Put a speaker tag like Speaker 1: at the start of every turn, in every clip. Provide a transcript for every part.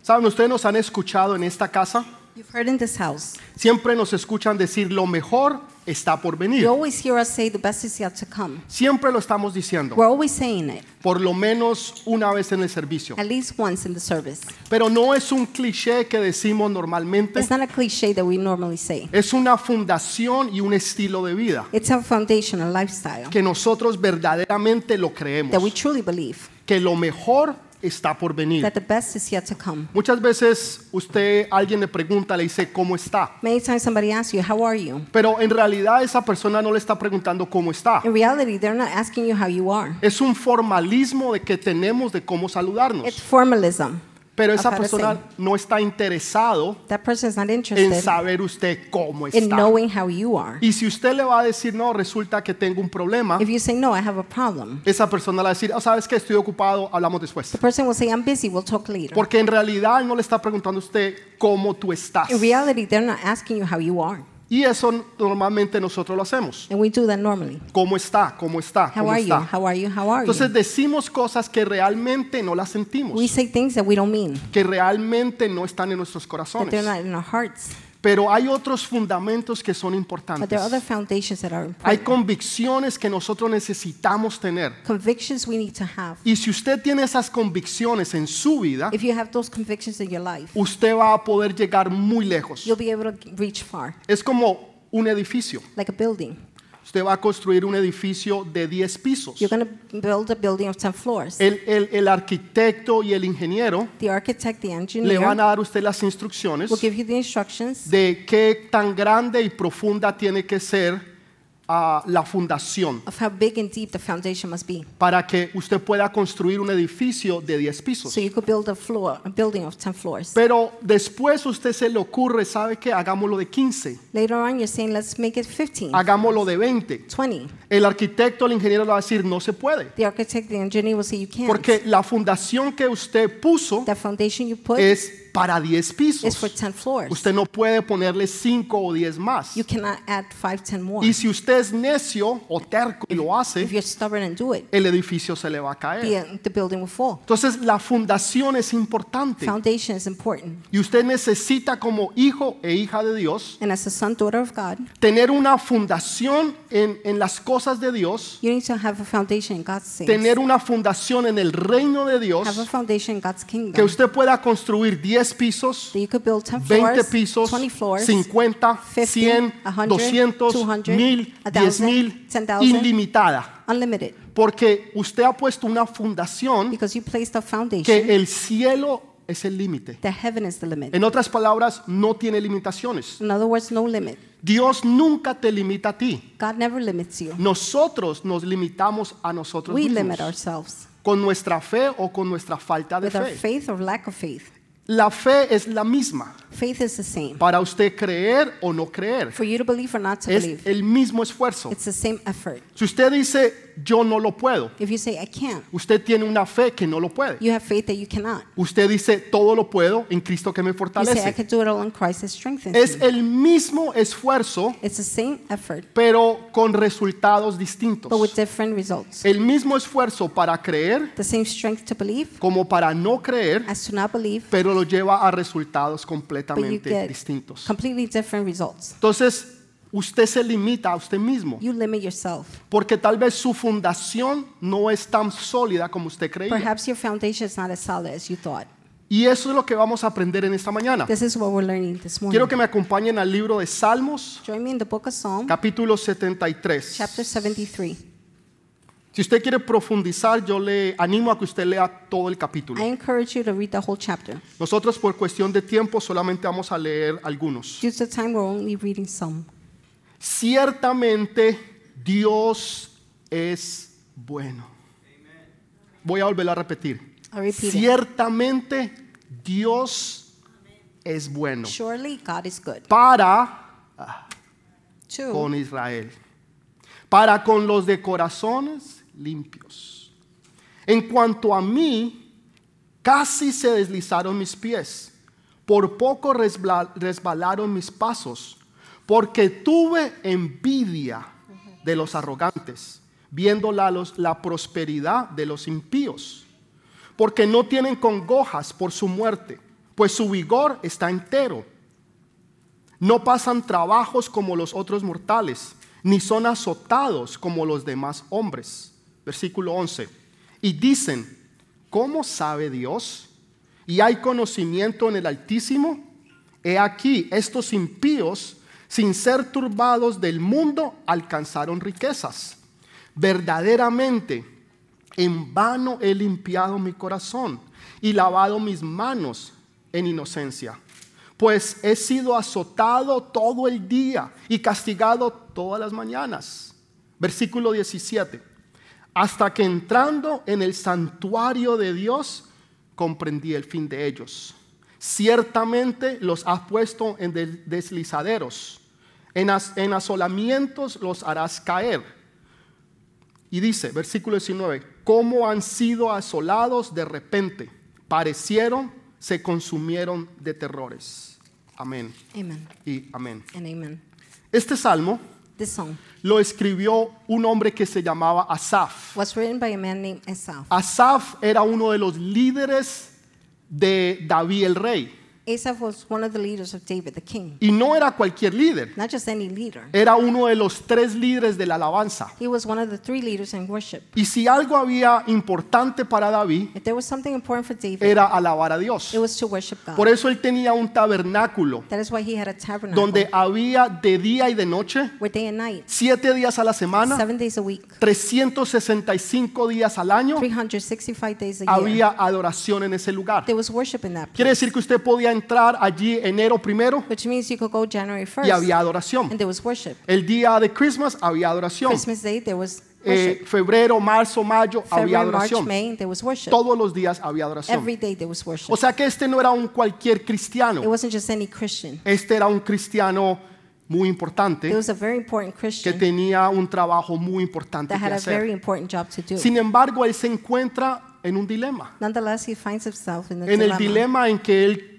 Speaker 1: Saben, ustedes nos han escuchado en esta casa.
Speaker 2: You've heard in this house.
Speaker 1: Siempre nos escuchan decir lo mejor está por venir.
Speaker 2: You always hear us say the best is yet to come.
Speaker 1: Siempre lo estamos diciendo,
Speaker 2: We're always saying it,
Speaker 1: por lo menos una vez en el servicio.
Speaker 2: at least once in the service.
Speaker 1: Pero no es un cliché que decimos normalmente,
Speaker 2: It's not a cliche that we normally say.
Speaker 1: es una fundación y un estilo de vida
Speaker 2: It's our foundational lifestyle
Speaker 1: que nosotros verdaderamente lo
Speaker 2: that we
Speaker 1: creemos,
Speaker 2: truly believe
Speaker 1: que lo mejor está por venir.
Speaker 2: that the best is yet to come.
Speaker 1: Muchas veces usted, alguien le pregunta, le dice, ¿cómo está?
Speaker 2: Many times somebody asks you, How are you?
Speaker 1: Pero en realidad esa persona no le está preguntando cómo está.
Speaker 2: In reality, they're not asking you how you are.
Speaker 1: Es un formalismo de que tenemos de cómo
Speaker 2: It's
Speaker 1: saludarnos.
Speaker 2: formalism.
Speaker 1: Pero esa
Speaker 2: aparece.
Speaker 1: persona no está interesado
Speaker 2: That person is not
Speaker 1: en
Speaker 2: interested
Speaker 1: saber usted cómo
Speaker 2: in
Speaker 1: está.
Speaker 2: knowing how you are.
Speaker 1: Y si usted le va a decir, no, resulta que tengo un problema,
Speaker 2: If you say, No, I have a problem,
Speaker 1: esa persona le va a decir, "Ah, sabes que estoy ocupado, hablamos después.
Speaker 2: the person will say, I'm busy, we'll talk later.
Speaker 1: Porque en realidad no le está preguntando a usted cómo tú estás.
Speaker 2: In reality, they're not asking you how you are.
Speaker 1: Y eso normalmente nosotros lo hacemos.
Speaker 2: And we do that normally.
Speaker 1: ¿Cómo está? ¿Cómo está?
Speaker 2: How
Speaker 1: ¿Cómo
Speaker 2: are you?
Speaker 1: está?
Speaker 2: How are you? How are
Speaker 1: Entonces
Speaker 2: you?
Speaker 1: decimos cosas que realmente no las sentimos,
Speaker 2: We say things that we don't mean,
Speaker 1: que realmente no están en nuestros
Speaker 2: that they're
Speaker 1: corazones.
Speaker 2: not in our hearts.
Speaker 1: Pero hay otros fundamentos que son
Speaker 2: But there are other
Speaker 1: importantes.
Speaker 2: foundations that are
Speaker 1: Hay
Speaker 2: important,
Speaker 1: convicciones que nosotros necesitamos tener.
Speaker 2: convictions we need to have.
Speaker 1: Y si usted tiene esas convicciones en su vida,
Speaker 2: If you have those convictions in your life,
Speaker 1: usted va a poder llegar muy lejos.
Speaker 2: you'll be able to reach far,
Speaker 1: Es como un edificio.
Speaker 2: like a building.
Speaker 1: Usted va a construir un edificio de 10 pisos.
Speaker 2: You're going to build a building of 10 floors.
Speaker 1: El, el- el arquitecto y el ingeniero
Speaker 2: The architect, the
Speaker 1: le
Speaker 2: engineer,
Speaker 1: van a dar a usted las instrucciones
Speaker 2: will give you the instructions
Speaker 1: de qué tan grande y profunda tiene que ser ah, la fundación
Speaker 2: of how big and deep the foundation must be.
Speaker 1: para que usted pueda construir un edificio de 10 pisos.
Speaker 2: So you could build a floor, a building of 10 floors.
Speaker 1: Pero después usted se le ocurre, ¿sabe qué? Hagámoslo de 15,
Speaker 2: Later on, you're saying, let's make it 15,
Speaker 1: hagámoslo de 20.
Speaker 2: 20.
Speaker 1: El arquitecto, el ingeniero le va a decir, no se puede,
Speaker 2: The architect, the engineer will say, you can't.
Speaker 1: porque la fundación que usted puso
Speaker 2: The foundation you put
Speaker 1: es para 10
Speaker 2: is for
Speaker 1: pisos.
Speaker 2: 10 floors.
Speaker 1: Usted no puede ponerle 5 o 10 más.
Speaker 2: You cannot add 5, 10 more.
Speaker 1: Y si usted es necio o terco y lo
Speaker 2: If
Speaker 1: hace,
Speaker 2: you're stubborn and do it,
Speaker 1: el edificio se le va a caer.
Speaker 2: the, the building will fall.
Speaker 1: Entonces la fundación es importante.
Speaker 2: Foundation is important.
Speaker 1: Y usted necesita como hijo e hija de Dios
Speaker 2: And as a son, daughter of God,
Speaker 1: tener una fundación en, en las cosas de Dios,
Speaker 2: you need to have a foundation in God's things.
Speaker 1: tener una fundación en el reino de
Speaker 2: have a
Speaker 1: Dios,
Speaker 2: foundation in God's kingdom.
Speaker 1: que usted pueda construir 10 pisos,
Speaker 2: that you could build 10
Speaker 1: 20
Speaker 2: floors,
Speaker 1: pisos,
Speaker 2: 20 floors,
Speaker 1: 50, 100,
Speaker 2: 100,
Speaker 1: 200,
Speaker 2: 200,
Speaker 1: 1000, 10000,
Speaker 2: 10,000.
Speaker 1: ilimitada.
Speaker 2: unlimited,
Speaker 1: Porque usted ha puesto una fundación
Speaker 2: because you placed a foundation
Speaker 1: que el cielo es el límite.
Speaker 2: that heaven is the limit.
Speaker 1: En otras palabras, no tiene limitaciones.
Speaker 2: In other words, no limit.
Speaker 1: Dios nunca te limita a ti.
Speaker 2: God never limits you.
Speaker 1: Nosotros nos limitamos a nosotros
Speaker 2: We limit
Speaker 1: mismos
Speaker 2: ourselves
Speaker 1: con nuestra fe o con nuestra falta de
Speaker 2: with our
Speaker 1: fe.
Speaker 2: faith or lack of faith.
Speaker 1: La fe es la misma
Speaker 2: Faith is the same.
Speaker 1: para usted creer o no creer.
Speaker 2: For you to believe or not to
Speaker 1: Es
Speaker 2: believe,
Speaker 1: el mismo esfuerzo.
Speaker 2: it's the same effort.
Speaker 1: Si usted dice yo no lo puedo,
Speaker 2: If you say, I can't,
Speaker 1: usted tiene una fe que no lo puede.
Speaker 2: you have faith that you cannot.
Speaker 1: Usted dice todo lo puedo en Cristo que me
Speaker 2: You say, I
Speaker 1: fortalece.
Speaker 2: can do it all in Christ that strengthens
Speaker 1: Es
Speaker 2: me.
Speaker 1: el mismo esfuerzo,
Speaker 2: It's the same effort,
Speaker 1: pero con resultados
Speaker 2: but with
Speaker 1: distintos.
Speaker 2: different results.
Speaker 1: El mismo esfuerzo para creer
Speaker 2: The same strength to believe
Speaker 1: como para no creer,
Speaker 2: as to not believe,
Speaker 1: pero lo lleva a resultados
Speaker 2: but you
Speaker 1: completamente
Speaker 2: get
Speaker 1: distintos.
Speaker 2: completely different results.
Speaker 1: Entonces, usted se limita a usted mismo,
Speaker 2: You limit yourself.
Speaker 1: porque tal vez su fundación no es tan sólida como usted creía.
Speaker 2: Perhaps your foundation is not as solid as you thought.
Speaker 1: Y eso es lo que vamos a aprender en esta mañana.
Speaker 2: This is what we're learning this morning.
Speaker 1: Quiero que me acompañen al libro de Salmos,
Speaker 2: Join me in the book of Psalm,
Speaker 1: capítulo 73.
Speaker 2: chapter 73.
Speaker 1: Si usted quiere profundizar, yo le animo a que usted lea todo el capítulo.
Speaker 2: I encourage you to read the whole chapter.
Speaker 1: Nosotros por cuestión de tiempo solamente vamos a leer algunos.
Speaker 2: Due to time, we're only reading some.
Speaker 1: Ciertamente Dios es bueno. Voy a volver a repetir.
Speaker 2: I repeat it.
Speaker 1: Ciertamente Dios es bueno
Speaker 2: Surely God is good.
Speaker 1: para
Speaker 2: Two,
Speaker 1: con Israel, para con los de corazones limpios. En cuanto a mí, casi se deslizaron mis pies, por poco resbla- resbalaron mis pasos, porque tuve envidia de los arrogantes, viendo la, los- la prosperidad de los impíos porque no tienen congojas por su muerte, pues su vigor está entero. No pasan trabajos como los otros mortales, ni son azotados como los demás hombres. Versículo 11. Y dicen, ¿cómo sabe Dios? ¿Y hay conocimiento en el Altísimo? He aquí, estos impíos, sin ser turbados del mundo, alcanzaron riquezas. Verdaderamente, en vano he limpiado mi corazón y lavado mis manos en inocencia pues he sido azotado todo el día y castigado todas las mañanas. Versículo 17. Hasta que entrando en el santuario de Dios, comprendí el fin de ellos. Ciertamente los has puesto en deslizaderos, en, as en asolamientos los harás caer. Y dice, versículo 19, cómo han sido asolados de repente, parecieron se consumieron de terrores. Amén.
Speaker 2: Amen.
Speaker 1: Y amén.
Speaker 2: And amen.
Speaker 1: Este salmo
Speaker 2: This song
Speaker 1: lo escribió un hombre que se llamaba Asaf.
Speaker 2: was written by a man named Asaph.
Speaker 1: Asaf era uno de los líderes de David el rey.
Speaker 2: Asaph was one of the leaders of David, the king.
Speaker 1: Y no era cualquier líder,
Speaker 2: Not just any leader.
Speaker 1: era uno de los tres líderes de la alabanza.
Speaker 2: He was one of the three leaders in worship.
Speaker 1: Y si algo había importante para David,
Speaker 2: If there was something important for David,
Speaker 1: era alabar a Dios.
Speaker 2: it was to worship God.
Speaker 1: Por eso él tenía un tabernáculo
Speaker 2: That is why he had a tabernacle
Speaker 1: donde había de día y de noche,
Speaker 2: where day and night,
Speaker 1: siete días a la semana,
Speaker 2: seven days a week,
Speaker 1: 365 días al año
Speaker 2: 365 days a year,
Speaker 1: había adoración en ese lugar.
Speaker 2: there was worship in that
Speaker 1: Quiere
Speaker 2: place.
Speaker 1: decir que usted podía entrar allí enero primero
Speaker 2: Which means you could go January
Speaker 1: y
Speaker 2: 1st
Speaker 1: había adoración.
Speaker 2: and there was worship.
Speaker 1: El día de Christmas había adoración.
Speaker 2: Christmas Day, there was
Speaker 1: Eh,
Speaker 2: worship.
Speaker 1: febrero, marzo, mayo había
Speaker 2: February, March,
Speaker 1: adoración.
Speaker 2: May, there was worship.
Speaker 1: Todos los días había adoración.
Speaker 2: Every day there was worship.
Speaker 1: O sea que este no era un cualquier
Speaker 2: It
Speaker 1: cristiano.
Speaker 2: wasn't just any Christian.
Speaker 1: Este era un cristiano muy
Speaker 2: It
Speaker 1: importante
Speaker 2: was a very important
Speaker 1: que
Speaker 2: Christian
Speaker 1: tenía un trabajo muy importante
Speaker 2: that
Speaker 1: que
Speaker 2: had a
Speaker 1: hacer.
Speaker 2: very important job to do.
Speaker 1: Sin embargo, él se encuentra en un dilema.
Speaker 2: Nonetheless, he finds himself in the
Speaker 1: en el
Speaker 2: dilemma,
Speaker 1: dilema en que él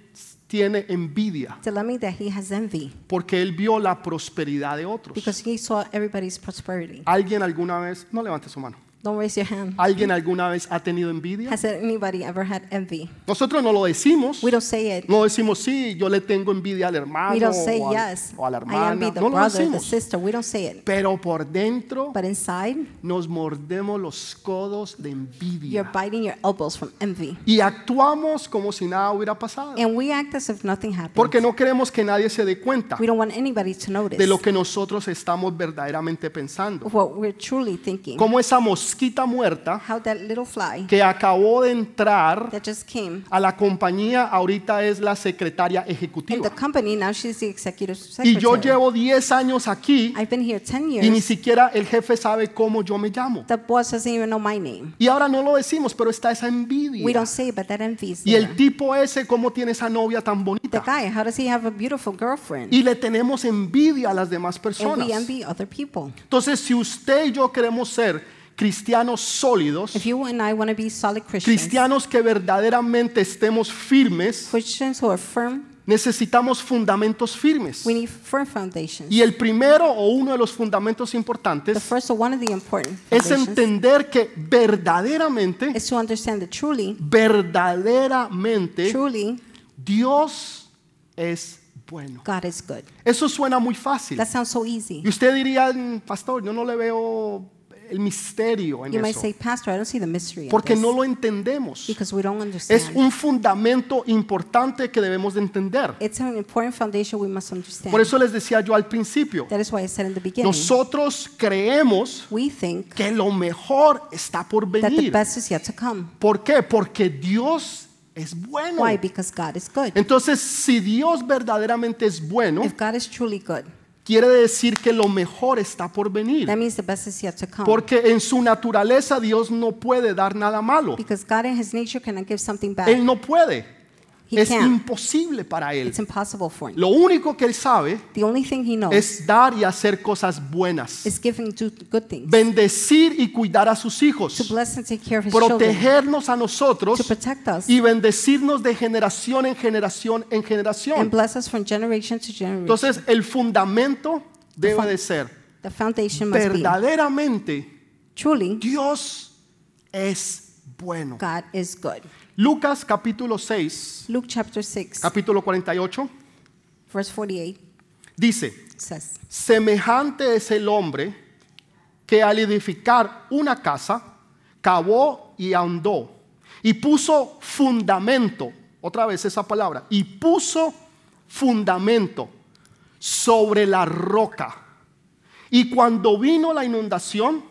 Speaker 1: tiene envidia
Speaker 2: dilemma that he has envy
Speaker 1: porque él vio la prosperidad de otros.
Speaker 2: because he saw everybody's prosperity.
Speaker 1: ¿Alguien alguna vez, no levante su mano,
Speaker 2: Don't raise your hand.
Speaker 1: alguien alguna vez ha tenido envidia?
Speaker 2: Has anybody ever had envy?
Speaker 1: Nosotros no lo decimos,
Speaker 2: We don't say it.
Speaker 1: no decimos sí, yo le tengo envidia al hermano
Speaker 2: We don't say
Speaker 1: o, al-
Speaker 2: yes.
Speaker 1: o a la
Speaker 2: I
Speaker 1: hermana,
Speaker 2: envy the
Speaker 1: no lo
Speaker 2: brother, the
Speaker 1: decimos,
Speaker 2: sister. We don't say it.
Speaker 1: pero por dentro
Speaker 2: But inside,
Speaker 1: nos mordemos los codos de
Speaker 2: you're
Speaker 1: envidia
Speaker 2: biting your elbows from envy.
Speaker 1: y actuamos como si nada hubiera pasado,
Speaker 2: And we act as if nothing happened.
Speaker 1: porque no queremos que nadie se dé cuenta
Speaker 2: we don't want anybody to notice
Speaker 1: de lo que nosotros estamos verdaderamente pensando.
Speaker 2: what we're truly thinking.
Speaker 1: como esa mosquita muerta
Speaker 2: How that little fly
Speaker 1: que acabó de entrar
Speaker 2: that just came
Speaker 1: a la compañía, ahorita es la secretaria
Speaker 2: in the
Speaker 1: ejecutiva.
Speaker 2: company, now she's the executive secretary.
Speaker 1: Y yo llevo 10 años aquí
Speaker 2: I've been here 10
Speaker 1: y ni
Speaker 2: years.
Speaker 1: siquiera el jefe sabe cómo yo me llamo.
Speaker 2: The boss doesn't even know my name.
Speaker 1: Y ahora no lo decimos, pero está esa
Speaker 2: We
Speaker 1: envidia.
Speaker 2: don't say it, but that envy is
Speaker 1: Y
Speaker 2: there.
Speaker 1: el tipo ese, ¿cómo tiene esa novia tan
Speaker 2: the
Speaker 1: bonita?
Speaker 2: guy, how does he have a beautiful girlfriend?
Speaker 1: Y le tenemos envidia a las demás
Speaker 2: and
Speaker 1: personas.
Speaker 2: we envy other people.
Speaker 1: Entonces, si usted y yo queremos ser cristianos sólidos,
Speaker 2: If you and I want to be solid Christians,
Speaker 1: cristianos que verdaderamente estemos firmes,
Speaker 2: Christians who are firm,
Speaker 1: Necesitamos fundamentos firmes.
Speaker 2: we need firm foundations.
Speaker 1: Y el primero o uno de los fundamentos
Speaker 2: the
Speaker 1: importantes
Speaker 2: first or one of the important
Speaker 1: es
Speaker 2: foundations
Speaker 1: entender que verdaderamente,
Speaker 2: is to understand that truly,
Speaker 1: verdaderamente
Speaker 2: truly,
Speaker 1: Dios es bueno.
Speaker 2: God is good.
Speaker 1: Eso suena muy fácil.
Speaker 2: That sounds so easy.
Speaker 1: Y usted diría, "Mm, pastor, yo no le veo el misterio
Speaker 2: You
Speaker 1: en
Speaker 2: might
Speaker 1: eso,
Speaker 2: say, Pastor, I don't see the mystery in
Speaker 1: porque
Speaker 2: this,
Speaker 1: no lo entendemos.
Speaker 2: because we don't understand.
Speaker 1: Es un fundamento importante que debemos de entender.
Speaker 2: It's an important foundation we must understand.
Speaker 1: Por eso les decía yo al principio,
Speaker 2: that is why I said in the beginning,
Speaker 1: nosotros creemos
Speaker 2: we think
Speaker 1: que lo mejor está por
Speaker 2: that the
Speaker 1: venir.
Speaker 2: best is yet to come.
Speaker 1: ¿Por qué? Porque Dios es bueno.
Speaker 2: Why? Because God is good.
Speaker 1: Entonces, si Dios verdaderamente es bueno,
Speaker 2: if God is truly good,
Speaker 1: quiere decir que lo mejor está por
Speaker 2: that
Speaker 1: venir.
Speaker 2: means the best is yet to come.
Speaker 1: Porque en su naturaleza Dios no puede dar nada malo.
Speaker 2: because God in His nature cannot give something back.
Speaker 1: Él no puede.
Speaker 2: he
Speaker 1: Es
Speaker 2: can't.
Speaker 1: imposible para Él.
Speaker 2: It's impossible for Him.
Speaker 1: Lo único que Él sabe
Speaker 2: The only thing He knows
Speaker 1: es dar y hacer cosas buenas.
Speaker 2: is giving do good things,
Speaker 1: Bendecir y cuidar a sus
Speaker 2: to
Speaker 1: hijos.
Speaker 2: bless and take care of His children,
Speaker 1: Protegernos a
Speaker 2: to
Speaker 1: nosotros
Speaker 2: protect us,
Speaker 1: y bendecirnos de generación en generación en
Speaker 2: and
Speaker 1: generación.
Speaker 2: bless us from generation to generation.
Speaker 1: Entonces, el fundamento debe de ser
Speaker 2: the foundation must be
Speaker 1: verdaderamente
Speaker 2: truly
Speaker 1: Dios es bueno.
Speaker 2: God is good.
Speaker 1: Lucas capítulo 6,
Speaker 2: Luke chapter 6,
Speaker 1: capítulo 48,
Speaker 2: verse 48
Speaker 1: dice,
Speaker 2: says,
Speaker 1: semejante es el hombre que al edificar una casa, cavó y ahondó y puso fundamento, otra vez esa palabra, y puso fundamento sobre la roca. Y cuando vino la inundación,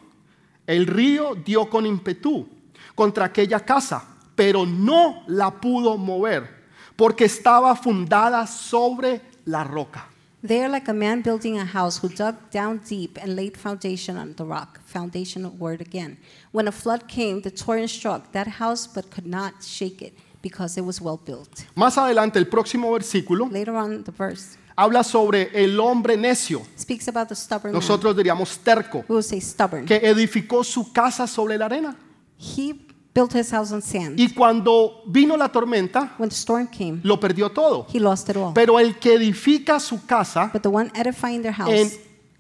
Speaker 1: el río dio con ímpetu contra aquella casa, pero no la pudo mover porque estaba fundada sobre la roca.
Speaker 2: They are like a man building a house who dug down deep and laid foundation on the rock. Foundational word again. When a flood came, the torrent struck that house but could not shake it because it was well built.
Speaker 1: Más adelante, el próximo versículo
Speaker 2: Later on, the verse
Speaker 1: habla sobre el hombre necio,
Speaker 2: speaks about the stubborn man.
Speaker 1: nosotros diríamos terco,
Speaker 2: We will say stubborn.
Speaker 1: que edificó su casa sobre la arena.
Speaker 2: He built his house on sand.
Speaker 1: Y cuando vino la tormenta,
Speaker 2: When the storm came,
Speaker 1: lo perdió todo.
Speaker 2: he lost it all.
Speaker 1: Pero el que edifica su casa
Speaker 2: But the one edifying their house
Speaker 1: en,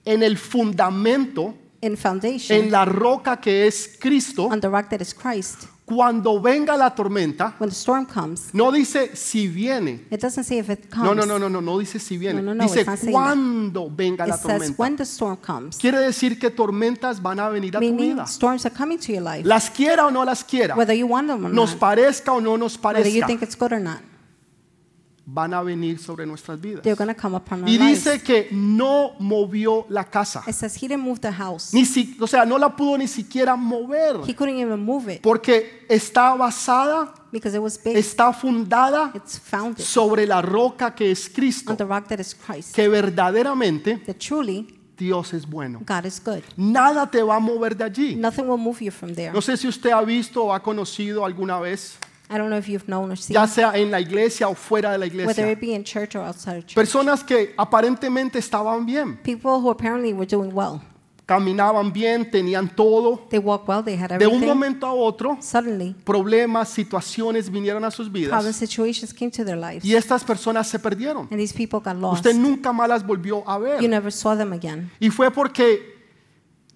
Speaker 1: en el fundamento,
Speaker 2: in
Speaker 1: en
Speaker 2: foundation
Speaker 1: la roca que es Cristo,
Speaker 2: on the rock that is Christ,
Speaker 1: cuando venga la tormenta,
Speaker 2: when the storm comes,
Speaker 1: no dice si viene.
Speaker 2: it doesn't say if it comes.
Speaker 1: No, no, no, no, no, no dice si viene.
Speaker 2: No, no, no,
Speaker 1: Dice
Speaker 2: it's not saying that.
Speaker 1: cuando venga
Speaker 2: It
Speaker 1: la
Speaker 2: says
Speaker 1: tormenta.
Speaker 2: when the storm comes,
Speaker 1: Quiere decir que tormentas van a venir a tu vida.
Speaker 2: meaning storms are coming to your life,
Speaker 1: Las quiera o no las quiera,
Speaker 2: whether you want them or
Speaker 1: nos
Speaker 2: not,
Speaker 1: parezca o no nos
Speaker 2: whether you
Speaker 1: parezca,
Speaker 2: think it's good or not,
Speaker 1: van a venir sobre nuestras vidas.
Speaker 2: they're going to come upon our
Speaker 1: Y
Speaker 2: lives.
Speaker 1: dice
Speaker 2: It
Speaker 1: que no movió la casa.
Speaker 2: says he didn't move the house.
Speaker 1: Ni si- o sea, no la pudo ni siquiera mover.
Speaker 2: He couldn't even move it
Speaker 1: Porque está basada,
Speaker 2: because it was big.
Speaker 1: está fundada
Speaker 2: It's founded
Speaker 1: sobre la roca que es Cristo.
Speaker 2: on the rock that is Christ.
Speaker 1: Que verdaderamente
Speaker 2: That truly
Speaker 1: Dios es bueno.
Speaker 2: God is good.
Speaker 1: Nada te va a mover de allí.
Speaker 2: Nothing will move you from there.
Speaker 1: No sé si usted ha visto o ha conocido alguna vez,
Speaker 2: I don't know if you've known or seen,
Speaker 1: ya sea en la iglesia o fuera de la
Speaker 2: whether
Speaker 1: iglesia,
Speaker 2: it be in church or outside of church.
Speaker 1: personas que aparentemente estaban bien,
Speaker 2: People who apparently were doing well.
Speaker 1: caminaban bien, tenían todo.
Speaker 2: They walked well, they had
Speaker 1: De un
Speaker 2: everything.
Speaker 1: momento a otro,
Speaker 2: Suddenly,
Speaker 1: problemas, situaciones vinieron a sus vidas.
Speaker 2: problem situations came to their lives.
Speaker 1: Y estas personas se perdieron.
Speaker 2: And these people got lost.
Speaker 1: Usted nunca más las volvió a
Speaker 2: You
Speaker 1: ver.
Speaker 2: never saw them again.
Speaker 1: Y fue porque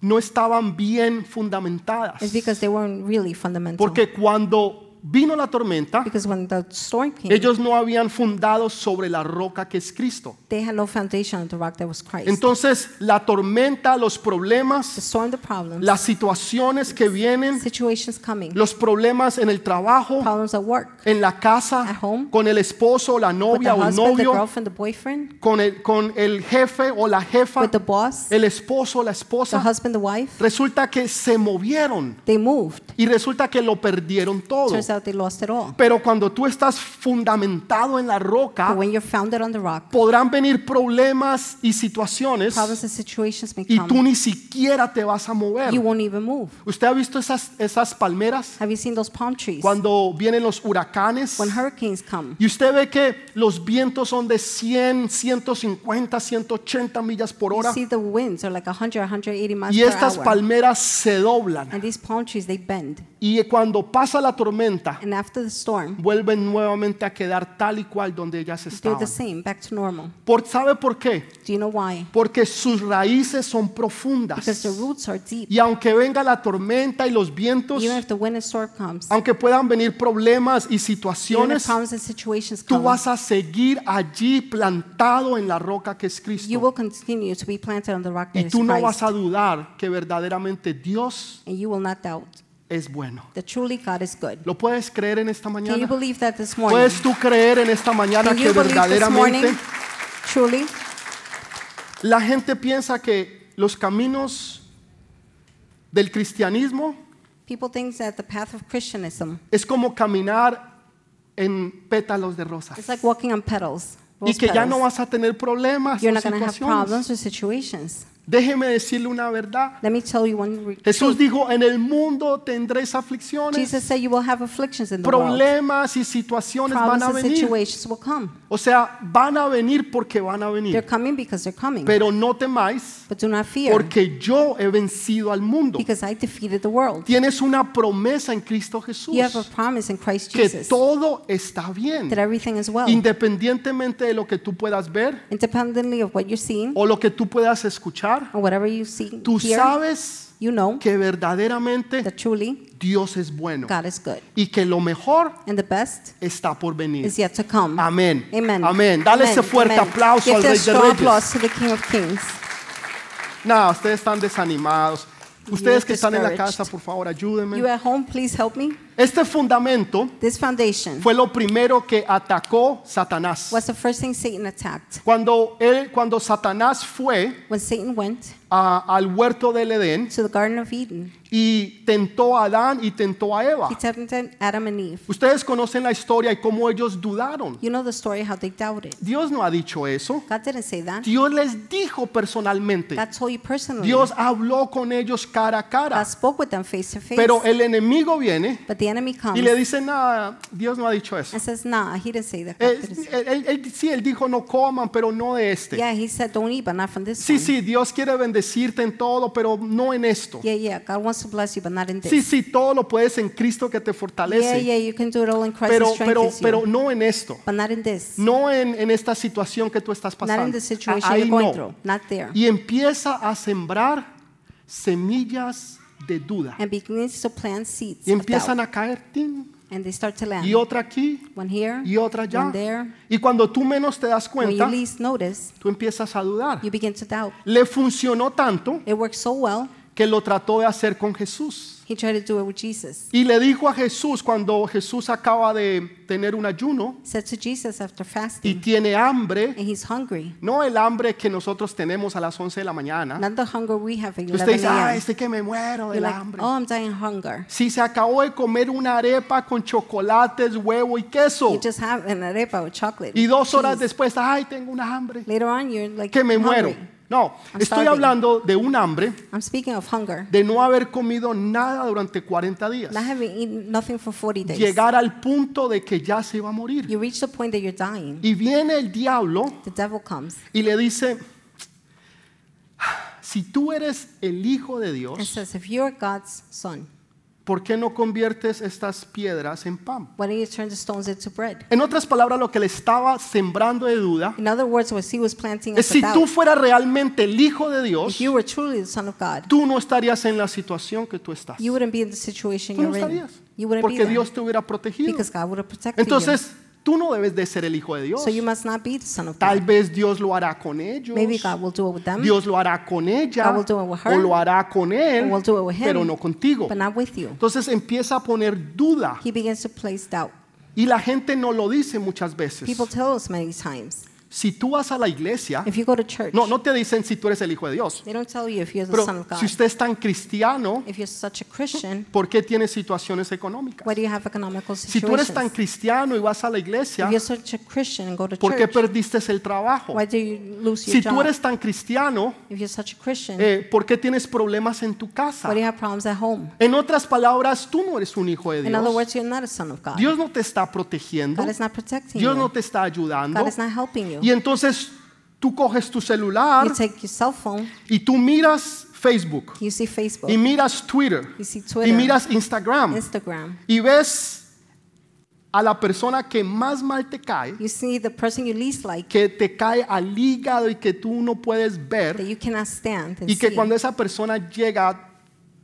Speaker 1: no estaban bien fundamentadas.
Speaker 2: It's because they weren't really fundamental.
Speaker 1: Porque cuando vino la tormenta,
Speaker 2: because when the storm came,
Speaker 1: ellos no habían fundado sobre la roca que es Cristo.
Speaker 2: they had no foundation on the rock that was Christ.
Speaker 1: Entonces, la tormenta, los
Speaker 2: the
Speaker 1: problemas,
Speaker 2: storm, the problems,
Speaker 1: las situaciones que vienen,
Speaker 2: situations coming,
Speaker 1: los problemas en el trabajo,
Speaker 2: problems at work,
Speaker 1: en la casa,
Speaker 2: At home.
Speaker 1: con el esposo, la
Speaker 2: with the
Speaker 1: novia o el
Speaker 2: husband, the
Speaker 1: novio,
Speaker 2: girlfriend, the boyfriend,
Speaker 1: con el, con el jefe o la jefa,
Speaker 2: with the boss,
Speaker 1: el esposo o la
Speaker 2: the
Speaker 1: esposa.
Speaker 2: husband, the wife.
Speaker 1: Resulta que se movieron
Speaker 2: They moved.
Speaker 1: y resulta que lo perdieron todo.
Speaker 2: Turns out they lost it all.
Speaker 1: Pero cuando tú estás fundamentado en la
Speaker 2: But
Speaker 1: roca,
Speaker 2: when you're founded on the rock,
Speaker 1: podrán venir problemas y situaciones
Speaker 2: problems and situations may
Speaker 1: y tú
Speaker 2: come.
Speaker 1: ni siquiera te vas a
Speaker 2: You
Speaker 1: mover.
Speaker 2: won't even move.
Speaker 1: ¿Usted ha visto esas, esas palmeras
Speaker 2: Have you seen those palm trees?
Speaker 1: cuando vienen los huracanes?
Speaker 2: When hurricanes come,
Speaker 1: Y usted ve que los vientos son de 100, 150, 180 millas por
Speaker 2: you
Speaker 1: hora
Speaker 2: see the winds are like 100, 180 miles
Speaker 1: y
Speaker 2: per
Speaker 1: estas
Speaker 2: hour.
Speaker 1: palmeras se doblan.
Speaker 2: And these palm trees, they bend.
Speaker 1: Y cuando pasa la tormenta,
Speaker 2: And after the storm,
Speaker 1: vuelven nuevamente a quedar tal y cual donde ellas
Speaker 2: they're the
Speaker 1: estaban.
Speaker 2: same, back to normal.
Speaker 1: Por, ¿Sabe por qué?
Speaker 2: Do you know why?
Speaker 1: Porque sus raíces son
Speaker 2: Because
Speaker 1: profundas.
Speaker 2: the roots are deep.
Speaker 1: Y aunque venga la tormenta y los vientos,
Speaker 2: Even if the wind and storm comes,
Speaker 1: aunque puedan venir problemas y
Speaker 2: even if
Speaker 1: situaciones,
Speaker 2: problems and situations
Speaker 1: tú
Speaker 2: come,
Speaker 1: vas a seguir allí plantado en la roca que es
Speaker 2: you
Speaker 1: Cristo.
Speaker 2: will continue to be planted on the rock that
Speaker 1: Y
Speaker 2: is
Speaker 1: tú no vas
Speaker 2: Christ.
Speaker 1: a dudar que verdaderamente Dios
Speaker 2: And you will not doubt
Speaker 1: es bueno.
Speaker 2: that truly God is good.
Speaker 1: ¿Lo puedes creer en esta
Speaker 2: Can you
Speaker 1: mañana?
Speaker 2: believe that this morning?
Speaker 1: ¿Puedes tú creer en esta mañana
Speaker 2: Can
Speaker 1: que
Speaker 2: you believe this morning?
Speaker 1: verdaderamente
Speaker 2: Truly,
Speaker 1: la gente piensa que los caminos del cristianismo
Speaker 2: people think that the path of Christianism
Speaker 1: es como caminar en pétalos de rosas
Speaker 2: is like walking on petals.
Speaker 1: y
Speaker 2: rose
Speaker 1: que ya no
Speaker 2: petals.
Speaker 1: vas a tener problemas
Speaker 2: You're
Speaker 1: o
Speaker 2: not going to have
Speaker 1: situaciones.
Speaker 2: problems or situations.
Speaker 1: Déjeme decirle una verdad.
Speaker 2: Let me tell you one re-
Speaker 1: Jesús dijo, en el mundo tendréis aflicciones,
Speaker 2: Jesus said you will have afflictions in the world.
Speaker 1: problemas y situaciones van
Speaker 2: Problems
Speaker 1: a
Speaker 2: and
Speaker 1: venir.
Speaker 2: situations will come.
Speaker 1: O sea, van a venir porque van a
Speaker 2: They're
Speaker 1: venir.
Speaker 2: coming because they're coming.
Speaker 1: Pero no temáis,
Speaker 2: But do not fear,
Speaker 1: porque yo he vencido al mundo.
Speaker 2: because I defeated the world.
Speaker 1: Tienes una promesa en Cristo Jesús
Speaker 2: You have a promise in Christ
Speaker 1: que
Speaker 2: Jesus
Speaker 1: todo está bien,
Speaker 2: that everything is well.
Speaker 1: independientemente de lo que tú puedas ver
Speaker 2: Independently of what you're seeing
Speaker 1: o lo que tú puedas escuchar.
Speaker 2: or whatever you see
Speaker 1: Tú
Speaker 2: here,
Speaker 1: sabes
Speaker 2: you know
Speaker 1: que verdaderamente
Speaker 2: that truly
Speaker 1: Dios es bueno
Speaker 2: God is good.
Speaker 1: y que lo mejor
Speaker 2: And the best
Speaker 1: está por venir.
Speaker 2: is yet to come.
Speaker 1: Amén.
Speaker 2: Amen.
Speaker 1: Amén. Dale ese fuerte
Speaker 2: Amen. este
Speaker 1: aplauso
Speaker 2: Give
Speaker 1: al
Speaker 2: that
Speaker 1: Rey de
Speaker 2: strong
Speaker 1: Reyes.
Speaker 2: applause to the King of Kings.
Speaker 1: Nada, ustedes están desanimados. Ustedes
Speaker 2: You're
Speaker 1: que están en la
Speaker 2: discouraged.
Speaker 1: casa, por favor,
Speaker 2: You
Speaker 1: ayúdenme.
Speaker 2: at home, please help me.
Speaker 1: Este fundamento
Speaker 2: This foundation
Speaker 1: fue lo primero que atacó Satanás.
Speaker 2: was the first thing Satan attacked.
Speaker 1: Cuando, él, cuando Satanás fue
Speaker 2: When Satan went
Speaker 1: a- al huerto del Edén
Speaker 2: to the Garden of Eden,
Speaker 1: y tentó a Adán y tentó a Eva.
Speaker 2: he tempted Adam and Eve.
Speaker 1: Ustedes conocen la historia y cómo ellos dudaron.
Speaker 2: You know the story how they doubted.
Speaker 1: Dios no ha dicho eso.
Speaker 2: God didn't say that.
Speaker 1: Dios les dijo personalmente.
Speaker 2: God told you personally.
Speaker 1: Dios habló con ellos cara a
Speaker 2: God
Speaker 1: cara.
Speaker 2: spoke with them face to face.
Speaker 1: Pero el enemigo viene
Speaker 2: But the enemy comes
Speaker 1: y le dice, nada, Dios no ha dicho eso.
Speaker 2: and says, Nah, he didn't say that. God
Speaker 1: Eh,
Speaker 2: didn't say
Speaker 1: él- él- él- sí, él dijo, no coman, pero no de
Speaker 2: that."
Speaker 1: este.
Speaker 2: Yeah, he said, Don't eat, but not from this
Speaker 1: Sí,
Speaker 2: one.
Speaker 1: sí, Dios quiere bendecirte en todo, pero no en esto.
Speaker 2: Yeah, yeah, God wants to bless you, but not in this.
Speaker 1: Sí, sí, todo lo puedes en Cristo que te
Speaker 2: yeah,
Speaker 1: fortalece,
Speaker 2: yeah, you can do it all in Christ
Speaker 1: pero,
Speaker 2: who
Speaker 1: pero,
Speaker 2: strengthens
Speaker 1: pero
Speaker 2: you.
Speaker 1: no en esto.
Speaker 2: But not in this.
Speaker 1: No en, en esta situación que tú estás
Speaker 2: not in
Speaker 1: pasando.
Speaker 2: the situation
Speaker 1: Ahí
Speaker 2: you're going
Speaker 1: no.
Speaker 2: through. Not there.
Speaker 1: Y empieza a sembrar semillas de duda.
Speaker 2: and begins to plant seeds
Speaker 1: Y
Speaker 2: of Em-, doubt.
Speaker 1: empiezan a caer, tin,
Speaker 2: and they start to land.
Speaker 1: y otra aquí,
Speaker 2: one here,
Speaker 1: y otra allá.
Speaker 2: one there.
Speaker 1: Y cuando tú menos te das
Speaker 2: When you
Speaker 1: cuenta,
Speaker 2: least notice,
Speaker 1: tú empiezas a dudar.
Speaker 2: you begin to doubt.
Speaker 1: Le funcionó tanto
Speaker 2: It worked so well,
Speaker 1: que lo trató de hacer con Jesús.
Speaker 2: he tried to do it with Jesus.
Speaker 1: Y le dijo a Jesús cuando Jesús acaba de tener un ayuno
Speaker 2: Said to Jesus after
Speaker 1: y
Speaker 2: fasting,
Speaker 1: tiene hambre,
Speaker 2: and he's hungry.
Speaker 1: no el hambre que nosotros tenemos a las 11 de la mañana.
Speaker 2: Not the hunger we have at 11
Speaker 1: Usted dice, ah,
Speaker 2: a.m.
Speaker 1: este que me muero
Speaker 2: You're
Speaker 1: del
Speaker 2: like,
Speaker 1: hambre.
Speaker 2: oh, I'm dying of hunger.
Speaker 1: Si se acabó de comer una arepa con chocolates, huevo y queso
Speaker 2: You just have an arepa with chocolate.
Speaker 1: Oh. y dos horas
Speaker 2: cheese.
Speaker 1: después, ay, tengo una hambre,
Speaker 2: Later on, you're like,
Speaker 1: que me
Speaker 2: "I'm
Speaker 1: muero.
Speaker 2: hungry."
Speaker 1: No,
Speaker 2: I'm
Speaker 1: estoy
Speaker 2: starving.
Speaker 1: hablando de un hambre
Speaker 2: I'm speaking of hunger.
Speaker 1: de no haber comido nada durante 40 días.
Speaker 2: Not having eaten nothing for 40 days.
Speaker 1: Llegar al punto de que ya se iba a morir.
Speaker 2: You reach the point that you're dying.
Speaker 1: Y viene el diablo
Speaker 2: The devil comes
Speaker 1: y le dice, si tú eres el Hijo de
Speaker 2: and
Speaker 1: Dios,
Speaker 2: says, if you're God's son,
Speaker 1: ¿por qué no conviertes estas piedras en pan?
Speaker 2: why don't you turn the stones into bread?
Speaker 1: En otras palabras, lo que le estaba sembrando de duda
Speaker 2: In other words, what he was planting
Speaker 1: es
Speaker 2: us
Speaker 1: si
Speaker 2: about,
Speaker 1: tú fueras realmente el Hijo de
Speaker 2: if
Speaker 1: Dios,
Speaker 2: you were truly the son of God,
Speaker 1: tú no estarías en la situación que tú estás.
Speaker 2: you
Speaker 1: Tú
Speaker 2: wouldn't be in the situation
Speaker 1: no
Speaker 2: you're in.
Speaker 1: estarías.
Speaker 2: You wouldn't be
Speaker 1: Porque
Speaker 2: there
Speaker 1: Dios te hubiera protegido.
Speaker 2: because God would have protected
Speaker 1: Entonces, tú no debes de ser el Hijo de
Speaker 2: you.
Speaker 1: Dios.
Speaker 2: So you must not be the son of
Speaker 1: Tal
Speaker 2: God.
Speaker 1: vez Dios lo hará con ellos.
Speaker 2: Maybe God will do it with them,
Speaker 1: Dios lo hará con ella
Speaker 2: God will do it with
Speaker 1: o
Speaker 2: her,
Speaker 1: lo hará con él,
Speaker 2: or will do it with him,
Speaker 1: pero no contigo.
Speaker 2: but not with you.
Speaker 1: Entonces empieza a poner duda
Speaker 2: He begins to place doubt.
Speaker 1: y la gente no lo dice muchas veces.
Speaker 2: People tell us many times.
Speaker 1: Si tú vas a la iglesia,
Speaker 2: If you go to church,
Speaker 1: Ah. no, no te dicen si tú eres el hijo de Dios,
Speaker 2: they don't tell you if you're the
Speaker 1: pero
Speaker 2: son of God.
Speaker 1: si usted es tan cristiano,
Speaker 2: if you're such a Christian,
Speaker 1: ¿por qué tiene situaciones económicas?
Speaker 2: why do you have economical
Speaker 1: Si tú
Speaker 2: situations?
Speaker 1: eres tan cristiano y vas a la
Speaker 2: if
Speaker 1: iglesia,
Speaker 2: you're such a Christian and go to
Speaker 1: ¿por qué
Speaker 2: church,
Speaker 1: perdiste el trabajo?
Speaker 2: why do you lose your
Speaker 1: Si
Speaker 2: job?
Speaker 1: tú eres tan cristiano,
Speaker 2: if you're such a Christian,
Speaker 1: eh, ¿por qué tienes problemas en tu casa?
Speaker 2: why do you have problems at home?
Speaker 1: En otras palabras, tú no eres un hijo de
Speaker 2: In other
Speaker 1: Dios.
Speaker 2: words, you're not a son of God.
Speaker 1: Dios no te está protegiendo.
Speaker 2: God is not protecting
Speaker 1: Dios
Speaker 2: you.
Speaker 1: no te está ayudando.
Speaker 2: God is not helping you.
Speaker 1: Y entonces tú coges tu celular
Speaker 2: You take your cell phone,
Speaker 1: y tú miras Facebook
Speaker 2: you see Facebook,
Speaker 1: y miras Twitter
Speaker 2: you see
Speaker 1: y
Speaker 2: Twitter,
Speaker 1: miras Instagram
Speaker 2: Instagram.
Speaker 1: y ves a la persona que más mal te cae,
Speaker 2: You see the person you least like
Speaker 1: que te cae al hígado y que tú no puedes
Speaker 2: that
Speaker 1: ver
Speaker 2: you cannot stand and
Speaker 1: y que
Speaker 2: see.
Speaker 1: cuando esa persona llega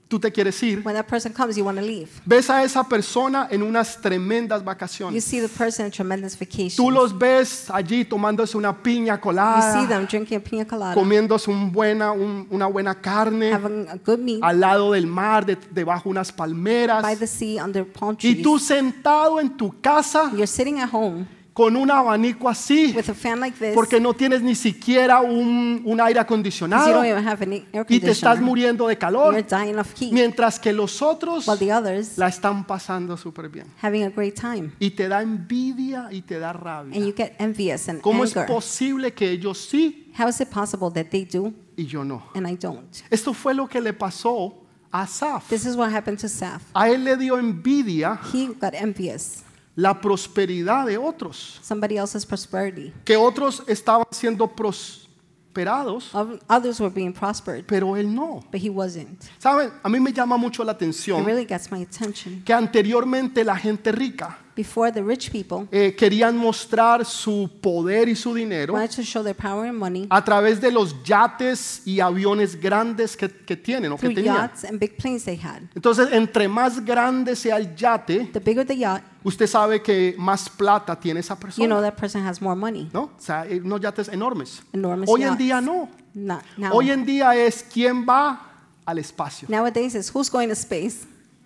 Speaker 1: tú te quieres ir.
Speaker 2: when that person comes, you want to leave.
Speaker 1: Ves a esa persona en unas tremendas
Speaker 2: You
Speaker 1: vacaciones.
Speaker 2: see the person in tremendous vacation.
Speaker 1: Tú los ves allí tomándose una piña
Speaker 2: you see
Speaker 1: colada,
Speaker 2: them drinking a pina colada,
Speaker 1: comiéndose un buena, un- una buena carne
Speaker 2: having a good meal
Speaker 1: al lado del mar, de- debajo de unas
Speaker 2: by
Speaker 1: palmeras.
Speaker 2: the sea under palm
Speaker 1: Y
Speaker 2: trees.
Speaker 1: tú sentado en tu casa
Speaker 2: You're sitting at home
Speaker 1: con un abanico así,
Speaker 2: with a fan like this
Speaker 1: porque no tienes ni siquiera un, un aire
Speaker 2: 'cause you
Speaker 1: acondicionado
Speaker 2: don't even have an air
Speaker 1: y te estás
Speaker 2: conditioner.
Speaker 1: muriendo de
Speaker 2: You're
Speaker 1: calor,
Speaker 2: dying of heat
Speaker 1: mientras que los otros
Speaker 2: while the others
Speaker 1: la están pasando súper bien.
Speaker 2: having a great time.
Speaker 1: Y te da envidia y te da rabia.
Speaker 2: And you get envious and
Speaker 1: ¿Cómo es
Speaker 2: anger.
Speaker 1: posible que ellos sí
Speaker 2: How is it possible that they do
Speaker 1: y yo no?
Speaker 2: and I don't?
Speaker 1: Esto fue lo que le pasó a Asaf.
Speaker 2: This is what happened to Seth.
Speaker 1: A él le dio envidia
Speaker 2: He got envious.
Speaker 1: la prosperidad de otros,
Speaker 2: Somebody else's prosperity.
Speaker 1: que otros estaban siendo prosperados,
Speaker 2: Oth- Others were being prospered,
Speaker 1: pero él no.
Speaker 2: but he wasn't.
Speaker 1: Saben, a mí me llama mucho la
Speaker 2: It
Speaker 1: atención
Speaker 2: really gets my attention
Speaker 1: que anteriormente la gente rica
Speaker 2: before the rich people
Speaker 1: eh, querían mostrar su poder y su dinero
Speaker 2: wanted to show their power and money
Speaker 1: a través de los yates y aviones grandes que, que tienen o que
Speaker 2: through
Speaker 1: tenían.
Speaker 2: yachts and big planes they had.
Speaker 1: Entonces, entre más grande sea el yate,
Speaker 2: The bigger the yacht,
Speaker 1: usted sabe que más plata tiene esa
Speaker 2: you know
Speaker 1: persona.
Speaker 2: that person has more money.
Speaker 1: ¿No? O sea, eh, unos yates enormes.
Speaker 2: Enormous
Speaker 1: Hoy en
Speaker 2: yachts.
Speaker 1: día no.
Speaker 2: Not now.
Speaker 1: Hoy en día es quién va al espacio.
Speaker 2: Nowadays, it's who's going to space.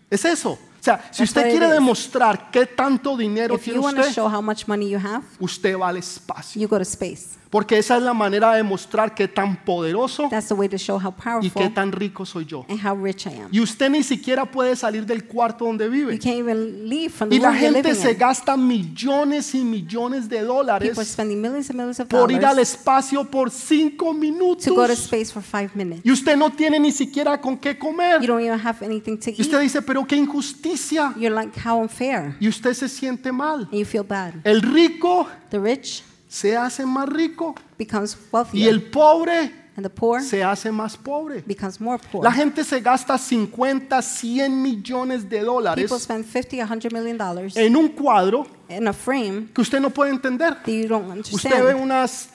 Speaker 1: Es eso. O sea, si
Speaker 2: That's
Speaker 1: usted
Speaker 2: what it
Speaker 1: quiere
Speaker 2: is.
Speaker 1: demostrar qué tanto dinero
Speaker 2: If
Speaker 1: tiene
Speaker 2: you want to
Speaker 1: usted,
Speaker 2: show how much money you have,
Speaker 1: usted va al espacio.
Speaker 2: you go to space.
Speaker 1: Porque esa es la manera de mostrar qué tan poderoso
Speaker 2: That's the way to show how
Speaker 1: y qué
Speaker 2: powerful
Speaker 1: tan rico soy yo.
Speaker 2: and how rich I am.
Speaker 1: Y usted ni siquiera puede salir del cuarto donde
Speaker 2: You
Speaker 1: vive.
Speaker 2: can't even leave from the
Speaker 1: Y la
Speaker 2: room you're
Speaker 1: gente
Speaker 2: living
Speaker 1: se
Speaker 2: in.
Speaker 1: gasta millones y millones de
Speaker 2: People are
Speaker 1: dólares
Speaker 2: spending millions and millions of
Speaker 1: por ir al
Speaker 2: dollars
Speaker 1: espacio por cinco
Speaker 2: to go to
Speaker 1: minutos.
Speaker 2: space for five minutes.
Speaker 1: Y usted no tiene ni siquiera con qué
Speaker 2: You
Speaker 1: comer.
Speaker 2: don't even have anything to
Speaker 1: Y usted
Speaker 2: eat.
Speaker 1: dice, pero qué injusticia.
Speaker 2: You're like, how unfair.
Speaker 1: Y usted se siente mal.
Speaker 2: And you feel bad.
Speaker 1: El rico
Speaker 2: The rich
Speaker 1: se hace más rico
Speaker 2: becomes
Speaker 1: y
Speaker 2: wealthier,
Speaker 1: el pobre
Speaker 2: and the poor
Speaker 1: se hace más pobre.
Speaker 2: becomes more
Speaker 1: La
Speaker 2: poor.
Speaker 1: gente se gasta 50, 100 millones de
Speaker 2: People
Speaker 1: dólares
Speaker 2: spend 50, 100 million dollars
Speaker 1: en un cuadro
Speaker 2: in a frame
Speaker 1: que usted no puede entender.
Speaker 2: that you don't
Speaker 1: Usted ve
Speaker 2: understand.
Speaker 1: unas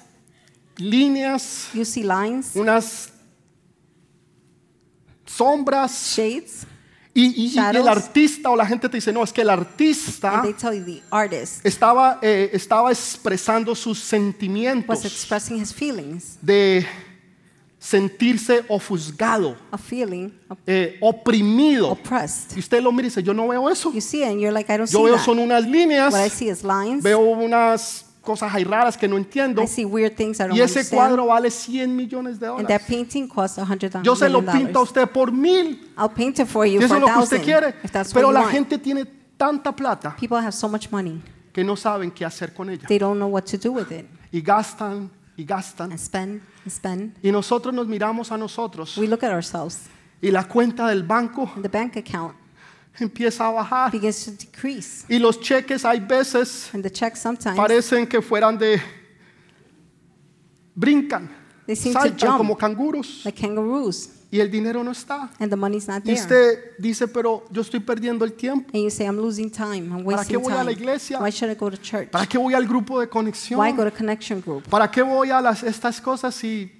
Speaker 1: líneas,
Speaker 2: You see lines,
Speaker 1: unas sombras
Speaker 2: shades,
Speaker 1: y, y- y el
Speaker 2: Shadows.
Speaker 1: artista o la gente te dice, no, es que el artista
Speaker 2: and they tell you the artist
Speaker 1: estaba, eh, estaba expresando sus
Speaker 2: was
Speaker 1: sentimientos
Speaker 2: expressing his feelings,
Speaker 1: de sentirse ofuscado,
Speaker 2: a feeling of
Speaker 1: eh, oprimido.
Speaker 2: oppressed.
Speaker 1: Y usted lo mira y dice, yo no veo eso.
Speaker 2: You see it, and you're like, I don't see
Speaker 1: Yo veo son
Speaker 2: that.
Speaker 1: unas líneas,
Speaker 2: What I see is lines.
Speaker 1: veo unas cosas ahí raras que no entiendo.
Speaker 2: I see weird things I don't
Speaker 1: Y ese
Speaker 2: understand.
Speaker 1: cuadro vale 100 millones de
Speaker 2: And
Speaker 1: dólares.
Speaker 2: that painting costs a hundred
Speaker 1: Yo se lo
Speaker 2: million
Speaker 1: pinto a
Speaker 2: dollars.
Speaker 1: usted por mil.
Speaker 2: I'll paint it for
Speaker 1: Y
Speaker 2: you
Speaker 1: eso
Speaker 2: for
Speaker 1: es lo
Speaker 2: a
Speaker 1: que usted
Speaker 2: thousand,
Speaker 1: quiere.
Speaker 2: if that's what
Speaker 1: Pero
Speaker 2: you
Speaker 1: la
Speaker 2: want.
Speaker 1: gente tiene tanta plata
Speaker 2: People have so much money,
Speaker 1: que no saben qué hacer con ella.
Speaker 2: they don't know what to do with it.
Speaker 1: Y gastan y gastan.
Speaker 2: And spend, and spend.
Speaker 1: Y nosotros nos miramos a nosotros
Speaker 2: We look at ourselves,
Speaker 1: y la cuenta del banco
Speaker 2: and the bank account
Speaker 1: empieza a bajar.
Speaker 2: begins to decrease.
Speaker 1: Y los cheques hay veces
Speaker 2: And the checks sometimes,
Speaker 1: parecen que fueran de... Brincan,
Speaker 2: They seem to
Speaker 1: saltan
Speaker 2: jump.
Speaker 1: como canguros
Speaker 2: like kangaroos,
Speaker 1: y el dinero no está.
Speaker 2: and the money's not
Speaker 1: Y
Speaker 2: there.
Speaker 1: usted dice, pero yo estoy perdiendo el tiempo.
Speaker 2: And you say, I'm losing time, I'm
Speaker 1: ¿Para qué
Speaker 2: wasting
Speaker 1: voy a la
Speaker 2: time.
Speaker 1: iglesia?
Speaker 2: Why should I go to church?
Speaker 1: ¿Para qué voy al grupo de
Speaker 2: Why go
Speaker 1: conexión?
Speaker 2: to connection group?
Speaker 1: ¿Para qué voy a las, estas cosas si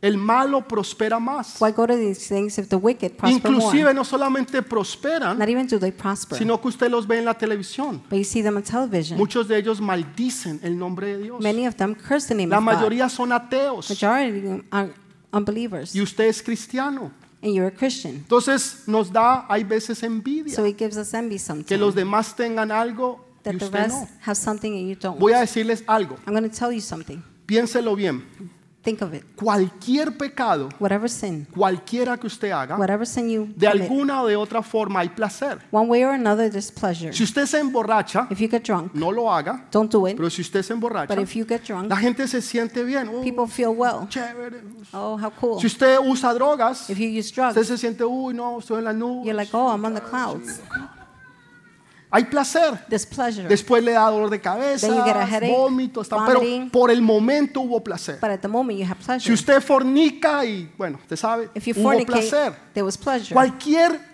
Speaker 1: el malo prospera más?
Speaker 2: Why go to these things if the wicked prosper
Speaker 1: Inclusive
Speaker 2: more?
Speaker 1: no solamente prosperan,
Speaker 2: Not even do they prosper,
Speaker 1: sino que usted los ve en la televisión.
Speaker 2: but you see them on television.
Speaker 1: Muchos de ellos maldicen el nombre de Dios.
Speaker 2: Many of them curse the name
Speaker 1: La
Speaker 2: of God.
Speaker 1: mayoría son ateos
Speaker 2: Majority of them are unbelievers,
Speaker 1: y usted es cristiano.
Speaker 2: and you're a Christian.
Speaker 1: Entonces nos da, hay veces envidia
Speaker 2: So it gives us envy sometimes
Speaker 1: que los demás tengan algo y
Speaker 2: that the
Speaker 1: usted
Speaker 2: rest
Speaker 1: no.
Speaker 2: have something and you don't.
Speaker 1: Voy a decirles algo,
Speaker 2: I'm going to tell you something.
Speaker 1: piénselo bien.
Speaker 2: Think of it.
Speaker 1: Cualquier pecado,
Speaker 2: Whatever sin,
Speaker 1: cualquiera que usted haga,
Speaker 2: whatever sin you
Speaker 1: Ah. de
Speaker 2: commit,
Speaker 1: alguna o de otra forma hay placer.
Speaker 2: one way or another, there's pleasure.
Speaker 1: Si usted se emborracha,
Speaker 2: If you get drunk,
Speaker 1: no lo haga,
Speaker 2: don't do it.
Speaker 1: pero si usted se emborracha,
Speaker 2: But if you get drunk,
Speaker 1: la gente se siente bien. "Oh,
Speaker 2: people feel well.
Speaker 1: chévere.
Speaker 2: Oh, how cool.
Speaker 1: Si usted usa drogas,
Speaker 2: If you use
Speaker 1: usted
Speaker 2: drugs,
Speaker 1: se siente, uy, no, estoy en la
Speaker 2: you're
Speaker 1: nube.
Speaker 2: like, oh, I'm on the clouds.
Speaker 1: Hay placer.
Speaker 2: There's pleasure.
Speaker 1: Después le da dolor de
Speaker 2: Then you get a
Speaker 1: cabeza,
Speaker 2: headache,
Speaker 1: vómitos, tal, pero
Speaker 2: vomiting.
Speaker 1: por el momento hubo placer.
Speaker 2: But at the moment, you have
Speaker 1: Si
Speaker 2: pleasure.
Speaker 1: usted fornica y, bueno, usted sabe,
Speaker 2: If you
Speaker 1: hubo placer.
Speaker 2: fornicate, there was pleasure.
Speaker 1: Cualquier,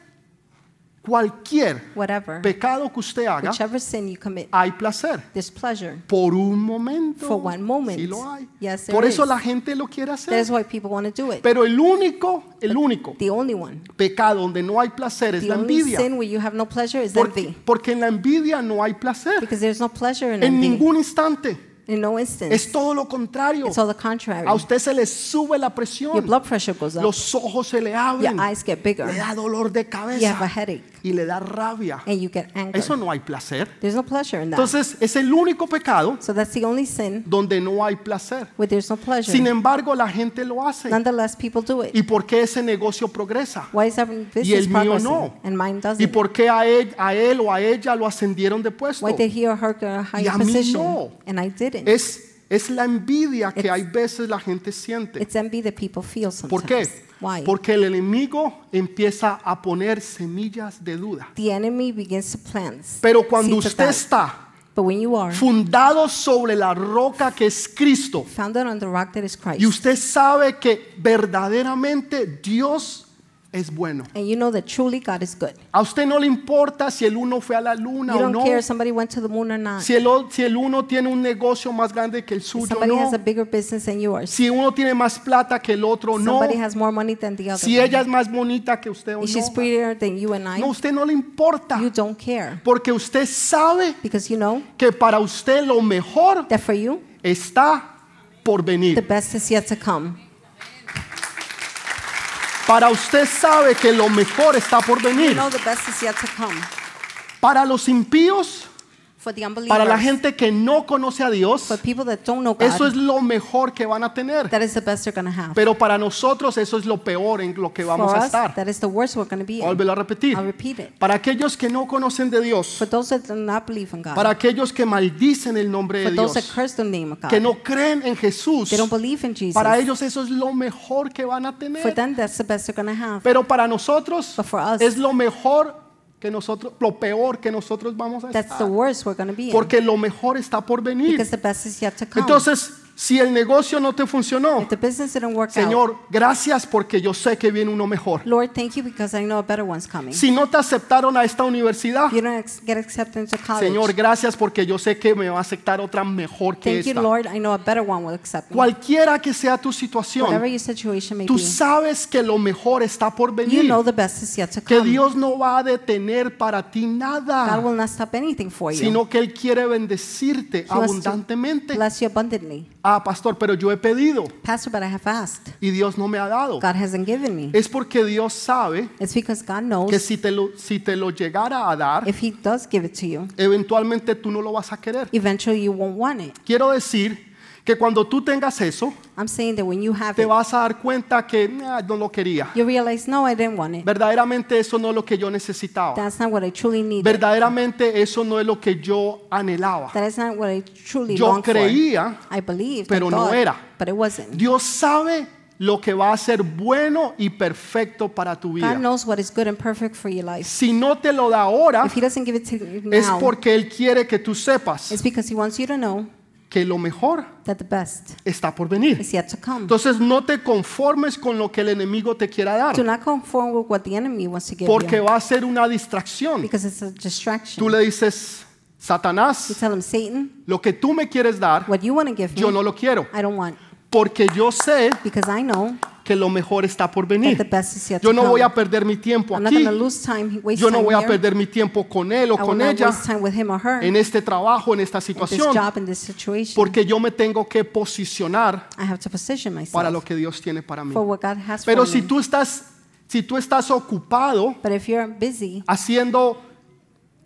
Speaker 1: cualquier
Speaker 2: Whatever.
Speaker 1: pecado que usted haga,
Speaker 2: Whichever sin you commit,
Speaker 1: hay placer.
Speaker 2: there's pleasure.
Speaker 1: Por un momento.
Speaker 2: For one moment.
Speaker 1: Sí lo hay.
Speaker 2: Yes, there
Speaker 1: Por eso
Speaker 2: is.
Speaker 1: la gente lo quiere hacer.
Speaker 2: That's why people want to do it.
Speaker 1: Pero el único, el único
Speaker 2: The only one.
Speaker 1: pecado donde no hay placer es
Speaker 2: The
Speaker 1: la
Speaker 2: only
Speaker 1: envidia.
Speaker 2: sin where you have no pleasure is
Speaker 1: Porque,
Speaker 2: envy.
Speaker 1: porque en la envidia no hay placer.
Speaker 2: Because there's no pleasure in
Speaker 1: En
Speaker 2: envy.
Speaker 1: ningún instance.
Speaker 2: In no instance.
Speaker 1: Es todo lo contrario.
Speaker 2: It's all the contrary.
Speaker 1: A usted se le sube la
Speaker 2: Your
Speaker 1: presión.
Speaker 2: blood pressure goes up.
Speaker 1: Los ojos se le abren.
Speaker 2: Your eyes get
Speaker 1: Le
Speaker 2: bigger.
Speaker 1: da dolor de
Speaker 2: You have a
Speaker 1: cabeza.
Speaker 2: headache.
Speaker 1: Y le da rabia.
Speaker 2: And you get angry.
Speaker 1: Eso no hay placer.
Speaker 2: There's no pleasure in that.
Speaker 1: Entonces es el único pecado
Speaker 2: So that's the only sin
Speaker 1: donde no hay placer.
Speaker 2: where there's no pleasure.
Speaker 1: Sin embargo, la gente lo hace.
Speaker 2: Nonetheless, people do it.
Speaker 1: ¿Y por qué ese negocio progresa?
Speaker 2: Why is that business
Speaker 1: el mío
Speaker 2: progressing
Speaker 1: no.
Speaker 2: and mine
Speaker 1: ¿Y
Speaker 2: doesn't?
Speaker 1: por qué a él, a él o a ella lo ascendieron de puesto?
Speaker 2: Why did he or her get a higher
Speaker 1: a mí
Speaker 2: position
Speaker 1: no.
Speaker 2: and I didn't?
Speaker 1: Es, es la envidia que
Speaker 2: It's-
Speaker 1: hay veces la gente siente.
Speaker 2: It's envy that people feel sometimes.
Speaker 1: ¿Por qué?
Speaker 2: Why?
Speaker 1: Porque el enemigo empieza a poner semillas de duda.
Speaker 2: the enemy begins to plant.
Speaker 1: Pero cuando
Speaker 2: seeds of
Speaker 1: usted
Speaker 2: doubt.
Speaker 1: está
Speaker 2: but when you are
Speaker 1: fundado sobre la roca que es Cristo
Speaker 2: founded on the rock that is Christ,
Speaker 1: y usted sabe que verdaderamente Dios es bueno.
Speaker 2: And you know that truly God is good.
Speaker 1: A usted no le importa si el uno fue a la luna
Speaker 2: You
Speaker 1: o
Speaker 2: don't
Speaker 1: no,
Speaker 2: care if somebody went to the moon or not.
Speaker 1: si el, o- si el uno tiene un negocio más grande que el suyo
Speaker 2: Somebody
Speaker 1: no,
Speaker 2: has a bigger business than yours.
Speaker 1: si uno tiene más plata que el otro no,
Speaker 2: Somebody has more money than the other.
Speaker 1: si
Speaker 2: one.
Speaker 1: ella es más bonita que usted o
Speaker 2: If She's
Speaker 1: no.
Speaker 2: prettier than you and I.
Speaker 1: No, a usted no le importa,
Speaker 2: You don't care
Speaker 1: porque usted sabe
Speaker 2: because you know
Speaker 1: que para usted lo mejor
Speaker 2: that for you,
Speaker 1: está por
Speaker 2: the
Speaker 1: venir.
Speaker 2: best is yet to come.
Speaker 1: Para usted sabe que lo mejor está por
Speaker 2: You
Speaker 1: venir.
Speaker 2: know the best is yet to come.
Speaker 1: Para los impíos,
Speaker 2: For the
Speaker 1: para la
Speaker 2: unbelievers,
Speaker 1: gente que no conoce a Dios,
Speaker 2: for people that don't know
Speaker 1: eso es
Speaker 2: God,
Speaker 1: lo mejor que van a tener.
Speaker 2: that is the best they're going to have.
Speaker 1: Pero para nosotros eso es lo peor en lo que vamos
Speaker 2: For
Speaker 1: a
Speaker 2: us,
Speaker 1: estar.
Speaker 2: that is the worst we're going to be in.
Speaker 1: Vuelvo a repetir.
Speaker 2: I'll repeat it.
Speaker 1: Para aquellos que no conocen de Dios,
Speaker 2: For those that do not believe in God,
Speaker 1: para aquellos que maldicen el nombre
Speaker 2: for
Speaker 1: de
Speaker 2: those that
Speaker 1: Dios,
Speaker 2: curse the name of God,
Speaker 1: que no creen en Jesús,
Speaker 2: they don't believe in Jesus.
Speaker 1: para ellos eso es lo mejor que van a
Speaker 2: For
Speaker 1: tener.
Speaker 2: them, that's the best they're going to have.
Speaker 1: Pero para nosotros
Speaker 2: But for us-
Speaker 1: es lo mejor que nosotros, lo peor que nosotros vamos a
Speaker 2: That's the
Speaker 1: estar.
Speaker 2: worst we're going to be in
Speaker 1: Porque lo mejor está por venir.
Speaker 2: because the best is yet to come.
Speaker 1: Entonces, si el negocio no te funcionó,
Speaker 2: If the business didn't work out,
Speaker 1: Señor, gracias porque yo sé que viene uno mejor.
Speaker 2: Lord, thank you because I know a better one's coming.
Speaker 1: Si no te aceptaron a esta universidad,
Speaker 2: You don't ex- get accepted into college.
Speaker 1: Señor, gracias porque yo sé que me va a aceptar otra mejor que
Speaker 2: Thank you,
Speaker 1: esta.
Speaker 2: Lord. I know a better one will accept me.
Speaker 1: Cualquiera que sea tu
Speaker 2: Whatever
Speaker 1: situación,
Speaker 2: your situation may
Speaker 1: tú
Speaker 2: be,
Speaker 1: sabes que lo mejor está por
Speaker 2: you
Speaker 1: venir.
Speaker 2: know the best is yet to
Speaker 1: Que
Speaker 2: come.
Speaker 1: Dios no va a detener para ti
Speaker 2: God
Speaker 1: nada.
Speaker 2: will not stop anything for you.
Speaker 1: sino que Él quiere bendecirte
Speaker 2: He wants to
Speaker 1: abundantemente.
Speaker 2: Bless you abundantly.
Speaker 1: Ah, pastor, pero yo he pedido
Speaker 2: Pastor, but I have asked.
Speaker 1: y Dios no me ha dado.
Speaker 2: God hasn't given me.
Speaker 1: Es porque Dios sabe
Speaker 2: It's because God
Speaker 1: que
Speaker 2: knows
Speaker 1: si te lo, si te lo llegara a dar,
Speaker 2: if He does give it to you,
Speaker 1: eventualmente tú no lo vas a querer.
Speaker 2: eventually you won't want it.
Speaker 1: Quiero decir que cuando tú tengas eso,
Speaker 2: I'm saying that when you have
Speaker 1: te
Speaker 2: it,
Speaker 1: vas a dar cuenta que "Ah, no lo quería.
Speaker 2: you realize, no, I didn't want it.
Speaker 1: Verdaderamente eso no es lo que yo necesitaba.
Speaker 2: That's not what I truly needed.
Speaker 1: Verdaderamente eso no es lo que yo anhelaba.
Speaker 2: That is not what I truly
Speaker 1: Yo
Speaker 2: longed for.
Speaker 1: creía.
Speaker 2: I believed,
Speaker 1: pero
Speaker 2: I
Speaker 1: no
Speaker 2: thought,
Speaker 1: era.
Speaker 2: but it wasn't.
Speaker 1: Dios sabe lo que va a ser bueno y perfecto para tu vida.
Speaker 2: God knows what is good and perfect for your life.
Speaker 1: Si no te lo da ahora,
Speaker 2: If He doesn't give it to you
Speaker 1: es
Speaker 2: now,
Speaker 1: porque Él quiere que tú sepas
Speaker 2: it's because He wants you to know
Speaker 1: que lo mejor
Speaker 2: that the best
Speaker 1: está por venir.
Speaker 2: is yet to come.
Speaker 1: Entonces no te conformes con lo que el enemigo te quiera
Speaker 2: Do
Speaker 1: dar,
Speaker 2: not conform with what the enemy wants to give
Speaker 1: porque
Speaker 2: you,
Speaker 1: va a ser una distracción.
Speaker 2: because it's a distraction.
Speaker 1: Tú le dices,
Speaker 2: You
Speaker 1: Satanás,
Speaker 2: tell him, Satan,
Speaker 1: lo que tú me quieres dar,
Speaker 2: what you want to give
Speaker 1: yo
Speaker 2: me,
Speaker 1: no lo quiero,
Speaker 2: I don't want,
Speaker 1: porque yo sé
Speaker 2: because I know
Speaker 1: que lo mejor está por
Speaker 2: that the
Speaker 1: venir.
Speaker 2: best is yet
Speaker 1: Yo
Speaker 2: to
Speaker 1: no
Speaker 2: come.
Speaker 1: voy a perder mi tiempo
Speaker 2: I'm not going
Speaker 1: aquí,
Speaker 2: to lose time, waste
Speaker 1: yo no
Speaker 2: time
Speaker 1: voy a
Speaker 2: here.
Speaker 1: perder mi tiempo con él o
Speaker 2: I will
Speaker 1: con
Speaker 2: not
Speaker 1: ella,
Speaker 2: waste time with him or her
Speaker 1: en este trabajo, en esta
Speaker 2: in this
Speaker 1: situación,
Speaker 2: job, in this situation.
Speaker 1: porque yo me tengo que posicionar
Speaker 2: I have to position
Speaker 1: para
Speaker 2: myself
Speaker 1: lo que Dios tiene para mí.
Speaker 2: for what God has
Speaker 1: Pero
Speaker 2: for
Speaker 1: si
Speaker 2: me.
Speaker 1: tú estás si tú estás ocupado
Speaker 2: But if you're busy
Speaker 1: haciendo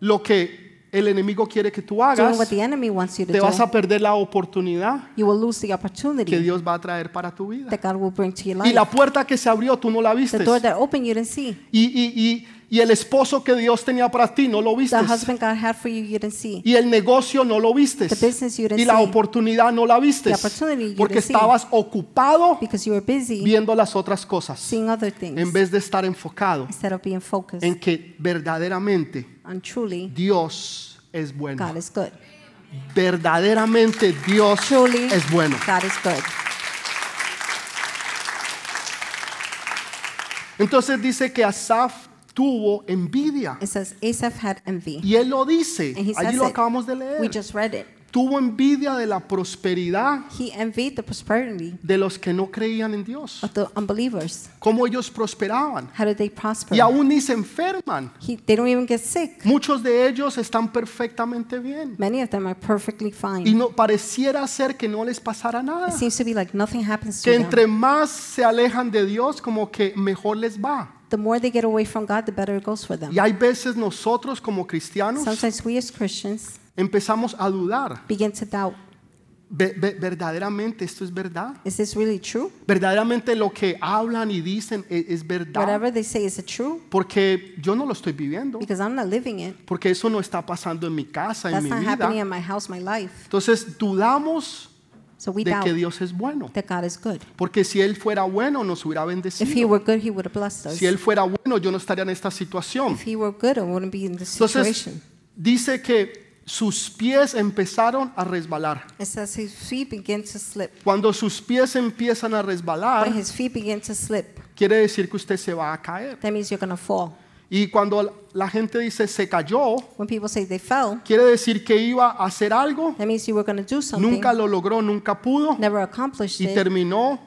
Speaker 1: lo que el enemigo quiere que tú
Speaker 2: doing
Speaker 1: hagas,
Speaker 2: what the enemy wants you to
Speaker 1: te vas
Speaker 2: do,
Speaker 1: a perder la oportunidad
Speaker 2: you will lose the
Speaker 1: que
Speaker 2: opportunity
Speaker 1: Dios va a traer para tu vida.
Speaker 2: that God will bring to your
Speaker 1: Y la
Speaker 2: life.
Speaker 1: puerta que se abrió tú no la
Speaker 2: The
Speaker 1: viste.
Speaker 2: door that opened, you didn't see.
Speaker 1: Y, y, y, y el esposo que Dios tenía para ti no lo viste.
Speaker 2: The husband God had for you, you didn't see.
Speaker 1: Y el negocio no lo viste.
Speaker 2: The business you didn't
Speaker 1: Y la
Speaker 2: see.
Speaker 1: oportunidad no la viste.
Speaker 2: The opportunity you
Speaker 1: Porque
Speaker 2: didn't see.
Speaker 1: estabas ocupado
Speaker 2: Because you were busy
Speaker 1: viendo las otras cosas
Speaker 2: seeing other
Speaker 1: en
Speaker 2: things
Speaker 1: vez de estar enfocado
Speaker 2: instead of being focused
Speaker 1: en que verdaderamente
Speaker 2: on truly
Speaker 1: Dios es
Speaker 2: God
Speaker 1: bueno.
Speaker 2: is good.
Speaker 1: Verdaderamente Dios
Speaker 2: Truly
Speaker 1: es bueno.
Speaker 2: God is good.
Speaker 1: Entonces dice que Asaf tuvo envidia.
Speaker 2: It says Asaph had envy.
Speaker 1: Y él lo dice.
Speaker 2: And he says
Speaker 1: Allí lo
Speaker 2: it.
Speaker 1: acabamos de
Speaker 2: We
Speaker 1: leer.
Speaker 2: just read it.
Speaker 1: Tuvo envidia de la prosperidad
Speaker 2: He envied the prosperity
Speaker 1: de los que no creían en Dios.
Speaker 2: of the unbelievers.
Speaker 1: Cómo ellos prosperaban.
Speaker 2: How did they prosper?
Speaker 1: Y aún ni se enferman.
Speaker 2: He, they don't even get sick.
Speaker 1: Muchos de ellos están perfectamente bien.
Speaker 2: Many of them are perfectly fine.
Speaker 1: Y no pareciera ser que no les pasara nada.
Speaker 2: It seems to be like nothing happens to
Speaker 1: Que
Speaker 2: them.
Speaker 1: entre más se alejan de Dios, como que mejor les va.
Speaker 2: The more they get away from God, the better it goes for them.
Speaker 1: Y hay veces nosotros como cristianos
Speaker 2: Mm. Sometimes we as Christians
Speaker 1: empezamos a dudar.
Speaker 2: begin to doubt
Speaker 1: Ve- ve- verdaderamente esto es verdad.
Speaker 2: is this really true?
Speaker 1: Verdaderamente lo que hablan y dicen e- es, verdad.
Speaker 2: Whatever they say, is it true?
Speaker 1: Porque yo no lo estoy viviendo.
Speaker 2: Because I'm not living it.
Speaker 1: Porque eso no está pasando en mi casa, en
Speaker 2: That's
Speaker 1: mi
Speaker 2: not
Speaker 1: vida.
Speaker 2: happening in my house, my life.
Speaker 1: Entonces dudamos
Speaker 2: So we
Speaker 1: de que
Speaker 2: doubt
Speaker 1: Dios es bueno.
Speaker 2: that God is good.
Speaker 1: Porque si Él fuera bueno, nos hubiera
Speaker 2: If He
Speaker 1: bendecido.
Speaker 2: were good, He would have blessed us.
Speaker 1: Si Él fuera bueno, yo no estaría en esta situación.
Speaker 2: If He were good, I wouldn't be in this
Speaker 1: Entonces
Speaker 2: situation.
Speaker 1: dice que sus pies empezaron a resbalar.
Speaker 2: It says his feet began to slip.
Speaker 1: Cuando sus pies empiezan a
Speaker 2: When
Speaker 1: resbalar,
Speaker 2: his feet begin to slip,
Speaker 1: quiere decir que usted se va a caer.
Speaker 2: that means you're going to fall.
Speaker 1: Y cuando la gente dice se cayó,
Speaker 2: When people say they fell,
Speaker 1: quiere decir que iba a hacer algo,
Speaker 2: that means you were going to do something,
Speaker 1: nunca lo logró, nunca pudo
Speaker 2: never accomplished
Speaker 1: y
Speaker 2: it,
Speaker 1: terminó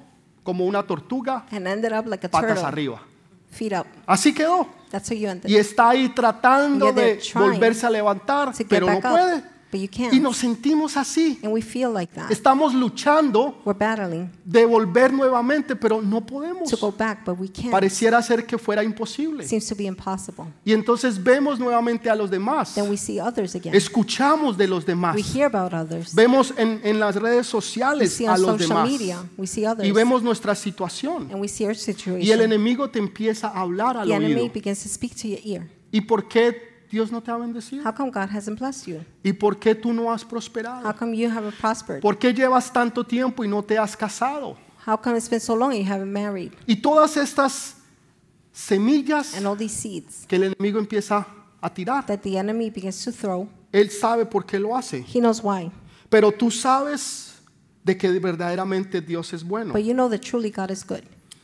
Speaker 1: como una tortuga,
Speaker 2: and ended up like a
Speaker 1: patas
Speaker 2: turtle,
Speaker 1: arriba.
Speaker 2: feet up.
Speaker 1: Así quedó.
Speaker 2: That's how you ended
Speaker 1: Y está ahí tratando
Speaker 2: You're there
Speaker 1: de
Speaker 2: trying
Speaker 1: volverse a levantar,
Speaker 2: to get
Speaker 1: pero no
Speaker 2: back up,
Speaker 1: puede.
Speaker 2: but you
Speaker 1: Y
Speaker 2: can't.
Speaker 1: nos sentimos así.
Speaker 2: and we feel like that.
Speaker 1: Estamos luchando
Speaker 2: We're battling
Speaker 1: de volver nuevamente, pero no podemos.
Speaker 2: to go back, but we can't.
Speaker 1: Pareciera ser que fuera imposible.
Speaker 2: Seems to be impossible.
Speaker 1: Y entonces vemos nuevamente a los demás.
Speaker 2: Then we see others again.
Speaker 1: Escuchamos de los demás.
Speaker 2: We hear about others.
Speaker 1: Vemos en, en las redes
Speaker 2: We
Speaker 1: sociales
Speaker 2: see
Speaker 1: a
Speaker 2: on
Speaker 1: los
Speaker 2: social
Speaker 1: demás.
Speaker 2: media. We see others.
Speaker 1: Y vemos nuestra situación.
Speaker 2: and we see
Speaker 1: Y
Speaker 2: our
Speaker 1: el
Speaker 2: situation.
Speaker 1: enemigo te empieza a hablar al
Speaker 2: The enemy
Speaker 1: oído.
Speaker 2: begins to speak to your ear.
Speaker 1: ¿Y por qué Dios no te ha bendecido?
Speaker 2: How come God hasn't blessed you?
Speaker 1: ¿Y por qué tú no has
Speaker 2: How
Speaker 1: prosperado?
Speaker 2: come you haven't prospered?
Speaker 1: ¿Por qué llevas tanto tiempo y no te has casado?
Speaker 2: How come it's been so long and you haven't married?
Speaker 1: Y todas estas semillas
Speaker 2: And all these seeds
Speaker 1: que el enemigo empieza a tirar.
Speaker 2: that the enemy begins to throw,
Speaker 1: Él sabe por qué lo hace.
Speaker 2: he knows why.
Speaker 1: Pero tú sabes de que verdaderamente Dios es bueno.
Speaker 2: But you know that truly God is good.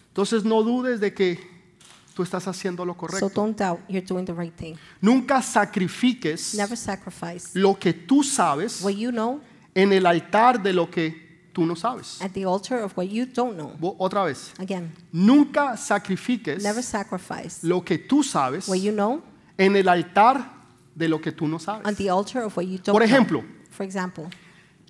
Speaker 1: Entonces no dudes de que tú estás haciendo lo
Speaker 2: So
Speaker 1: correcto.
Speaker 2: don't doubt you're doing the right thing.
Speaker 1: Nunca sacrifiques
Speaker 2: Never sacrifice
Speaker 1: lo que tú sabes
Speaker 2: what you know
Speaker 1: en el altar de lo que tú no sabes.
Speaker 2: at the altar of what you don't know.
Speaker 1: Vo- Otra vez,
Speaker 2: Again,
Speaker 1: nunca sacrifiques
Speaker 2: never sacrifice
Speaker 1: lo que tú sabes
Speaker 2: what you know
Speaker 1: en el altar de lo que tú no
Speaker 2: on
Speaker 1: sabes.
Speaker 2: the altar of what you don't
Speaker 1: Por
Speaker 2: know.
Speaker 1: ejemplo,
Speaker 2: For example,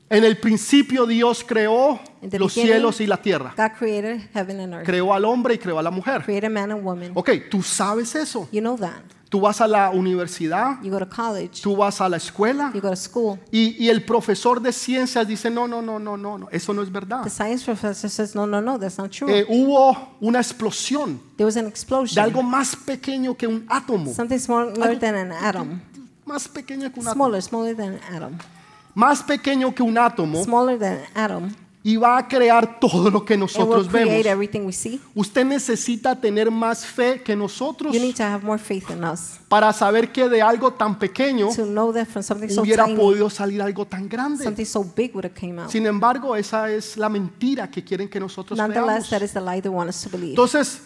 Speaker 1: en el principio Dios creó
Speaker 2: In the
Speaker 1: los
Speaker 2: beginning,
Speaker 1: cielos y la tierra.
Speaker 2: God created heaven and earth,
Speaker 1: Creó al hombre y creó a la mujer.
Speaker 2: created man and woman.
Speaker 1: Ok, tú sabes eso.
Speaker 2: You know that.
Speaker 1: Tú vas a la universidad,
Speaker 2: You go to college,
Speaker 1: tú vas a la escuela
Speaker 2: you go to school.
Speaker 1: y, y el profesor de ciencias dice, no, no, no, no, no, no, eso no es verdad.
Speaker 2: The science professor says, no, no, no, that's not true.
Speaker 1: Eh, hubo una explosión
Speaker 2: There was an
Speaker 1: de
Speaker 2: explosion.
Speaker 1: algo más pequeño que un átomo,
Speaker 2: Something smaller than an atom.
Speaker 1: más pequeño que un átomo,
Speaker 2: Smaller, smaller than an atom.
Speaker 1: más pequeño que un átomo
Speaker 2: Smaller than an atom.
Speaker 1: y va a crear todo lo que
Speaker 2: It will
Speaker 1: nosotros
Speaker 2: create
Speaker 1: vemos.
Speaker 2: everything we see.
Speaker 1: Usted necesita tener más fe que nosotros
Speaker 2: You need to have more faith in us
Speaker 1: para saber que de algo tan pequeño
Speaker 2: to know that from something so
Speaker 1: hubiera
Speaker 2: tiny,
Speaker 1: podido salir algo tan grande.
Speaker 2: something so big would have came out.
Speaker 1: Sin embargo, esa es la mentira que quieren que nosotros veamos.
Speaker 2: Nonetheless, that is the lie they want us to believe.
Speaker 1: Entonces,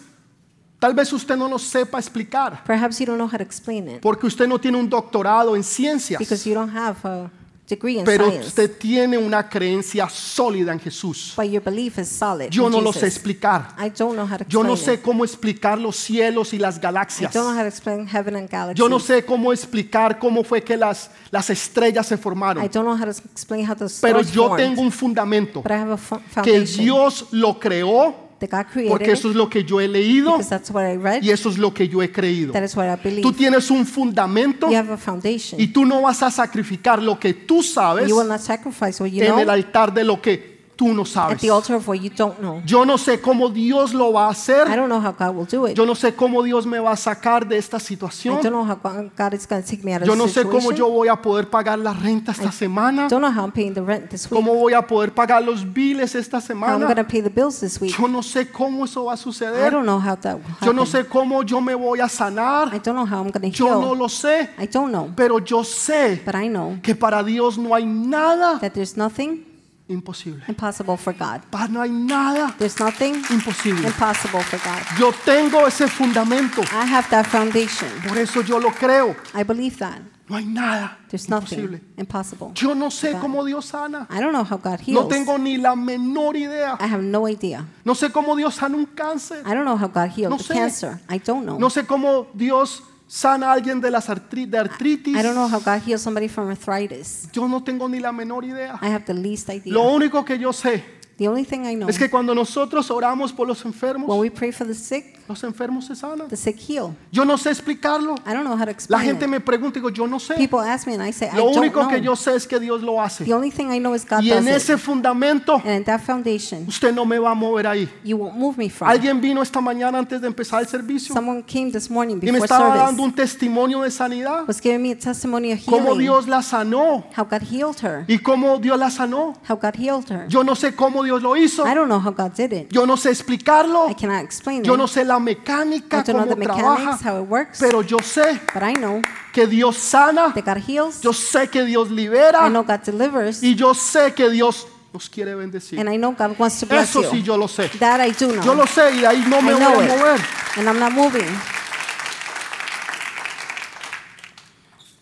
Speaker 1: tal vez usted no lo sepa explicar,
Speaker 2: Perhaps you don't know how to explain it
Speaker 1: porque usted no tiene un doctorado en ciencias,
Speaker 2: because you don't have a degree in
Speaker 1: pero
Speaker 2: science,
Speaker 1: usted tiene una creencia sólida en Jesús.
Speaker 2: but your belief is solid.
Speaker 1: Yo
Speaker 2: in
Speaker 1: no lo sé
Speaker 2: Jesus.
Speaker 1: explicar.
Speaker 2: I don't know how to
Speaker 1: Yo
Speaker 2: explain
Speaker 1: no sé
Speaker 2: it.
Speaker 1: cómo explicar los cielos y las
Speaker 2: I
Speaker 1: galaxias.
Speaker 2: don't know how to explain heaven and galaxies.
Speaker 1: Yo no sé cómo explicar cómo fue que las, las estrellas se
Speaker 2: I
Speaker 1: formaron.
Speaker 2: don't know how to explain how the
Speaker 1: Pero
Speaker 2: stars
Speaker 1: yo
Speaker 2: formed,
Speaker 1: tengo un fundamento
Speaker 2: but I have a fo-
Speaker 1: que
Speaker 2: foundation
Speaker 1: Dios lo creó
Speaker 2: that God created
Speaker 1: porque eso es lo que yo he leído
Speaker 2: because that's what I read.
Speaker 1: y eso es lo que yo he creído.
Speaker 2: That is what I believe.
Speaker 1: Tú tienes un fundamento
Speaker 2: you have a foundation.
Speaker 1: Y tú no vas a sacrificar lo que tú sabes
Speaker 2: you will not sacrifice what you
Speaker 1: en el
Speaker 2: know
Speaker 1: altar de lo que tú no
Speaker 2: at
Speaker 1: sabes.
Speaker 2: the altar of what you don't know.
Speaker 1: Yo no sé cómo Dios lo va a
Speaker 2: I
Speaker 1: hacer.
Speaker 2: don't know how God will do it.
Speaker 1: Yo no sé cómo Dios me va a sacar de esta
Speaker 2: I don't
Speaker 1: situación.
Speaker 2: know how God God is going to take me out of
Speaker 1: Yo no
Speaker 2: this
Speaker 1: sé cómo
Speaker 2: situation.
Speaker 1: yo voy a poder pagar la renta esta semana.
Speaker 2: I don't know how I'm paying the rent this week.
Speaker 1: Cómo voy a poder pagar los biles esta
Speaker 2: How I'm going to
Speaker 1: semana.
Speaker 2: pay the bills this week.
Speaker 1: Yo no sé cómo eso va a
Speaker 2: I
Speaker 1: suceder.
Speaker 2: don't know how that will
Speaker 1: Yo no
Speaker 2: happen.
Speaker 1: sé cómo yo me voy a
Speaker 2: I
Speaker 1: sanar.
Speaker 2: don't know how I'm going to
Speaker 1: Yo no
Speaker 2: heal.
Speaker 1: lo sé.
Speaker 2: I don't know.
Speaker 1: Pero yo sé
Speaker 2: But I know
Speaker 1: que para Dios no hay nada
Speaker 2: that there's nothing
Speaker 1: imposible.
Speaker 2: impossible for God.
Speaker 1: Pa- No hay nada
Speaker 2: There's nothing
Speaker 1: imposible.
Speaker 2: impossible for God.
Speaker 1: Yo tengo ese fundamento.
Speaker 2: I have that foundation.
Speaker 1: Por eso yo lo creo.
Speaker 2: I believe that.
Speaker 1: No hay nada
Speaker 2: There's
Speaker 1: imposible.
Speaker 2: nothing impossible.
Speaker 1: Yo no sé cómo Dios sana.
Speaker 2: I don't know how God heals.
Speaker 1: No tengo ni la menor idea.
Speaker 2: I have no idea.
Speaker 1: No sé cómo Dios sana un cáncer.
Speaker 2: I don't know how God healed
Speaker 1: No
Speaker 2: the
Speaker 1: sé.
Speaker 2: cancer. I don't know.
Speaker 1: No sé cómo Dios sana a alguien de las artri- de artritis.
Speaker 2: I don't know how God healed somebody from arthritis.
Speaker 1: Yo no tengo ni la menor idea.
Speaker 2: I have the least idea.
Speaker 1: Lo único que yo sé
Speaker 2: the only thing I know
Speaker 1: es que cuando nosotros oramos por los
Speaker 2: when
Speaker 1: enfermos,
Speaker 2: we pray for the sick,
Speaker 1: los enfermos se sanan.
Speaker 2: the sick heal.
Speaker 1: Yo no sé explicarlo.
Speaker 2: I don't know how to
Speaker 1: La
Speaker 2: explain
Speaker 1: gente
Speaker 2: it.
Speaker 1: me pregunta y digo, yo no sé.
Speaker 2: People ask me and I say, I
Speaker 1: Lo
Speaker 2: don't
Speaker 1: único
Speaker 2: know.
Speaker 1: que yo sé es que Dios lo hace.
Speaker 2: the only thing I know is God
Speaker 1: Y
Speaker 2: does
Speaker 1: en ese
Speaker 2: it.
Speaker 1: fundamento
Speaker 2: And in that foundation,
Speaker 1: usted no me va a mover ahí.
Speaker 2: you won't move me from.
Speaker 1: Alguien vino esta mañana antes de empezar el servicio
Speaker 2: Someone came this morning
Speaker 1: y me
Speaker 2: before
Speaker 1: estaba
Speaker 2: service,
Speaker 1: dando un testimonio de sanidad,
Speaker 2: was giving me a testimony of
Speaker 1: cómo
Speaker 2: healing,
Speaker 1: Dios la sanó
Speaker 2: how God healed her,
Speaker 1: y cómo Dios la sanó.
Speaker 2: how God healed her.
Speaker 1: Yo no sé cómo Dios lo hizo.
Speaker 2: I don't know how God did it.
Speaker 1: Yo no sé explicarlo.
Speaker 2: I cannot explain
Speaker 1: Yo
Speaker 2: it.
Speaker 1: no sé la
Speaker 2: I
Speaker 1: mecánica,
Speaker 2: don't know
Speaker 1: cómo
Speaker 2: the mechanics,
Speaker 1: trabaja.
Speaker 2: how it works.
Speaker 1: Pero yo sé
Speaker 2: but I know
Speaker 1: que Dios sana.
Speaker 2: that God heals.
Speaker 1: Yo sé que Dios
Speaker 2: I
Speaker 1: libera.
Speaker 2: know God delivers.
Speaker 1: Y yo sé que Dios nos quiere bendecir.
Speaker 2: and I know God wants to bless
Speaker 1: Eso sí
Speaker 2: you.
Speaker 1: yo lo sé.
Speaker 2: that I do know.
Speaker 1: Yo lo sé y de ahí no me
Speaker 2: I
Speaker 1: voy
Speaker 2: know
Speaker 1: a
Speaker 2: it.
Speaker 1: mover.
Speaker 2: And I'm not moving.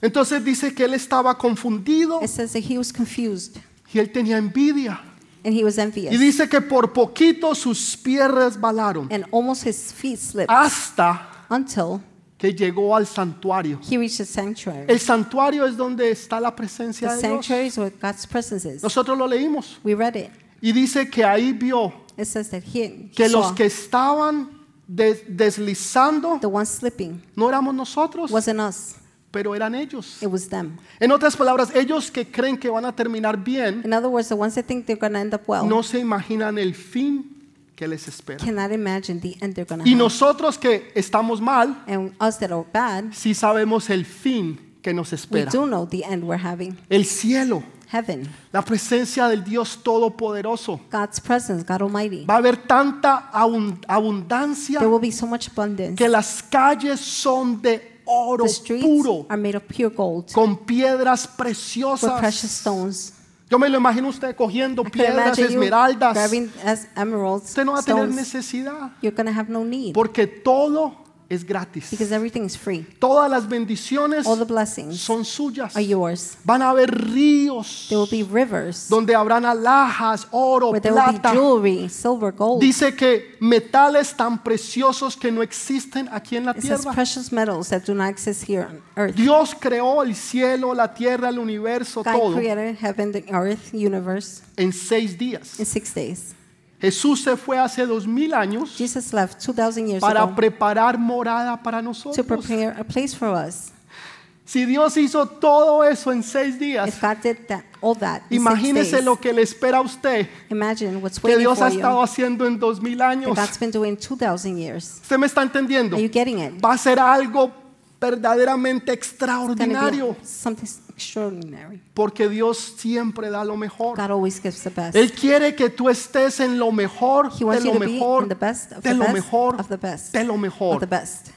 Speaker 1: Entonces dice que él estaba confundido
Speaker 2: It says that he was confused
Speaker 1: y él tenía envidia.
Speaker 2: and he was
Speaker 1: Y
Speaker 2: envious.
Speaker 1: dice que por poquito sus pies resbalaron
Speaker 2: and almost his feet slipped
Speaker 1: "Ah, hasta
Speaker 2: until
Speaker 1: que llegó al santuario.
Speaker 2: he reached the sanctuary.
Speaker 1: El santuario es donde está la
Speaker 2: the
Speaker 1: presencia de Dios.
Speaker 2: sanctuary is where God's presence is.
Speaker 1: Nosotros lo leímos.
Speaker 2: We read it.
Speaker 1: Y dice que ahí vio
Speaker 2: It says that he, he
Speaker 1: que
Speaker 2: saw
Speaker 1: los que estaban des- deslizando
Speaker 2: the one slipping
Speaker 1: no éramos nosotros,
Speaker 2: wasn't us.
Speaker 1: pero eran ellos.
Speaker 2: It was them.
Speaker 1: En otras palabras, ellos que creen que van a terminar bien,
Speaker 2: In other words, the ones that think they're going to end up well
Speaker 1: no se imaginan el fin que les espera.
Speaker 2: cannot imagine the end they're going to
Speaker 1: Y
Speaker 2: have.
Speaker 1: nosotros que estamos mal,
Speaker 2: and us that are bad,
Speaker 1: sí sabemos el fin que nos
Speaker 2: we
Speaker 1: espera.
Speaker 2: do know the end we're having.
Speaker 1: El cielo,
Speaker 2: Heaven,
Speaker 1: la presencia del Dios Todopoderoso.
Speaker 2: God's presence, God Almighty.
Speaker 1: Va a haber tanta abun- abundancia
Speaker 2: There will be so much abundance.
Speaker 1: que las calles son de oro
Speaker 2: The streets
Speaker 1: puro,
Speaker 2: are made of pure gold
Speaker 1: con piedras
Speaker 2: with precious
Speaker 1: preciosas.
Speaker 2: stones.
Speaker 1: Yo me lo imagino usted cogiendo
Speaker 2: I can
Speaker 1: piedras,
Speaker 2: imagine you
Speaker 1: esmeraldas.
Speaker 2: grabbing as emeralds,
Speaker 1: Usted no va a tener
Speaker 2: stones.
Speaker 1: necesidad,
Speaker 2: You're going to have no need
Speaker 1: porque todo es gratis.
Speaker 2: because everything is free.
Speaker 1: Todas las bendiciones
Speaker 2: All the blessings
Speaker 1: son suyas.
Speaker 2: are yours.
Speaker 1: Van a haber ríos
Speaker 2: There will be rivers
Speaker 1: donde habrán alhajas, oro,
Speaker 2: where there will be
Speaker 1: plata.
Speaker 2: jewelry, silver, gold.
Speaker 1: Dice que metales tan preciosos que no existen aquí en la
Speaker 2: It says
Speaker 1: tierra.
Speaker 2: precious metals that do not exist here on earth.
Speaker 1: Dios creó el cielo, la tierra, el universo,
Speaker 2: God
Speaker 1: todo
Speaker 2: created heaven, the earth, universe
Speaker 1: en seis días.
Speaker 2: in six days.
Speaker 1: Jesús se fue hace dos mil años
Speaker 2: Jesus left 2,000 years
Speaker 1: para
Speaker 2: ago
Speaker 1: preparar morada para
Speaker 2: to
Speaker 1: nosotros.
Speaker 2: prepare a place for us.
Speaker 1: Si Dios hizo todo eso en seis
Speaker 2: If
Speaker 1: días,
Speaker 2: God did that, all that in six
Speaker 1: imagínese
Speaker 2: days,
Speaker 1: lo que le espera a usted,
Speaker 2: imagine what's
Speaker 1: que
Speaker 2: waiting
Speaker 1: Dios ha
Speaker 2: for
Speaker 1: estado
Speaker 2: you.
Speaker 1: haciendo en dos mil
Speaker 2: That
Speaker 1: años.
Speaker 2: God's been doing 2,000 years.
Speaker 1: ¿Usted me está entendiendo?
Speaker 2: Are you getting it?
Speaker 1: Va a ser algo verdaderamente
Speaker 2: It's gonna be
Speaker 1: extraordinario,
Speaker 2: something extraordinary.
Speaker 1: porque Dios siempre da lo mejor.
Speaker 2: God always gives the best.
Speaker 1: Él quiere que tú estés en lo mejor,
Speaker 2: He
Speaker 1: de
Speaker 2: wants you
Speaker 1: lo
Speaker 2: to be
Speaker 1: mejor,
Speaker 2: in the best of
Speaker 1: de
Speaker 2: the
Speaker 1: lo
Speaker 2: best
Speaker 1: mejor,
Speaker 2: of the best
Speaker 1: de lo
Speaker 2: of the
Speaker 1: mejor.
Speaker 2: best.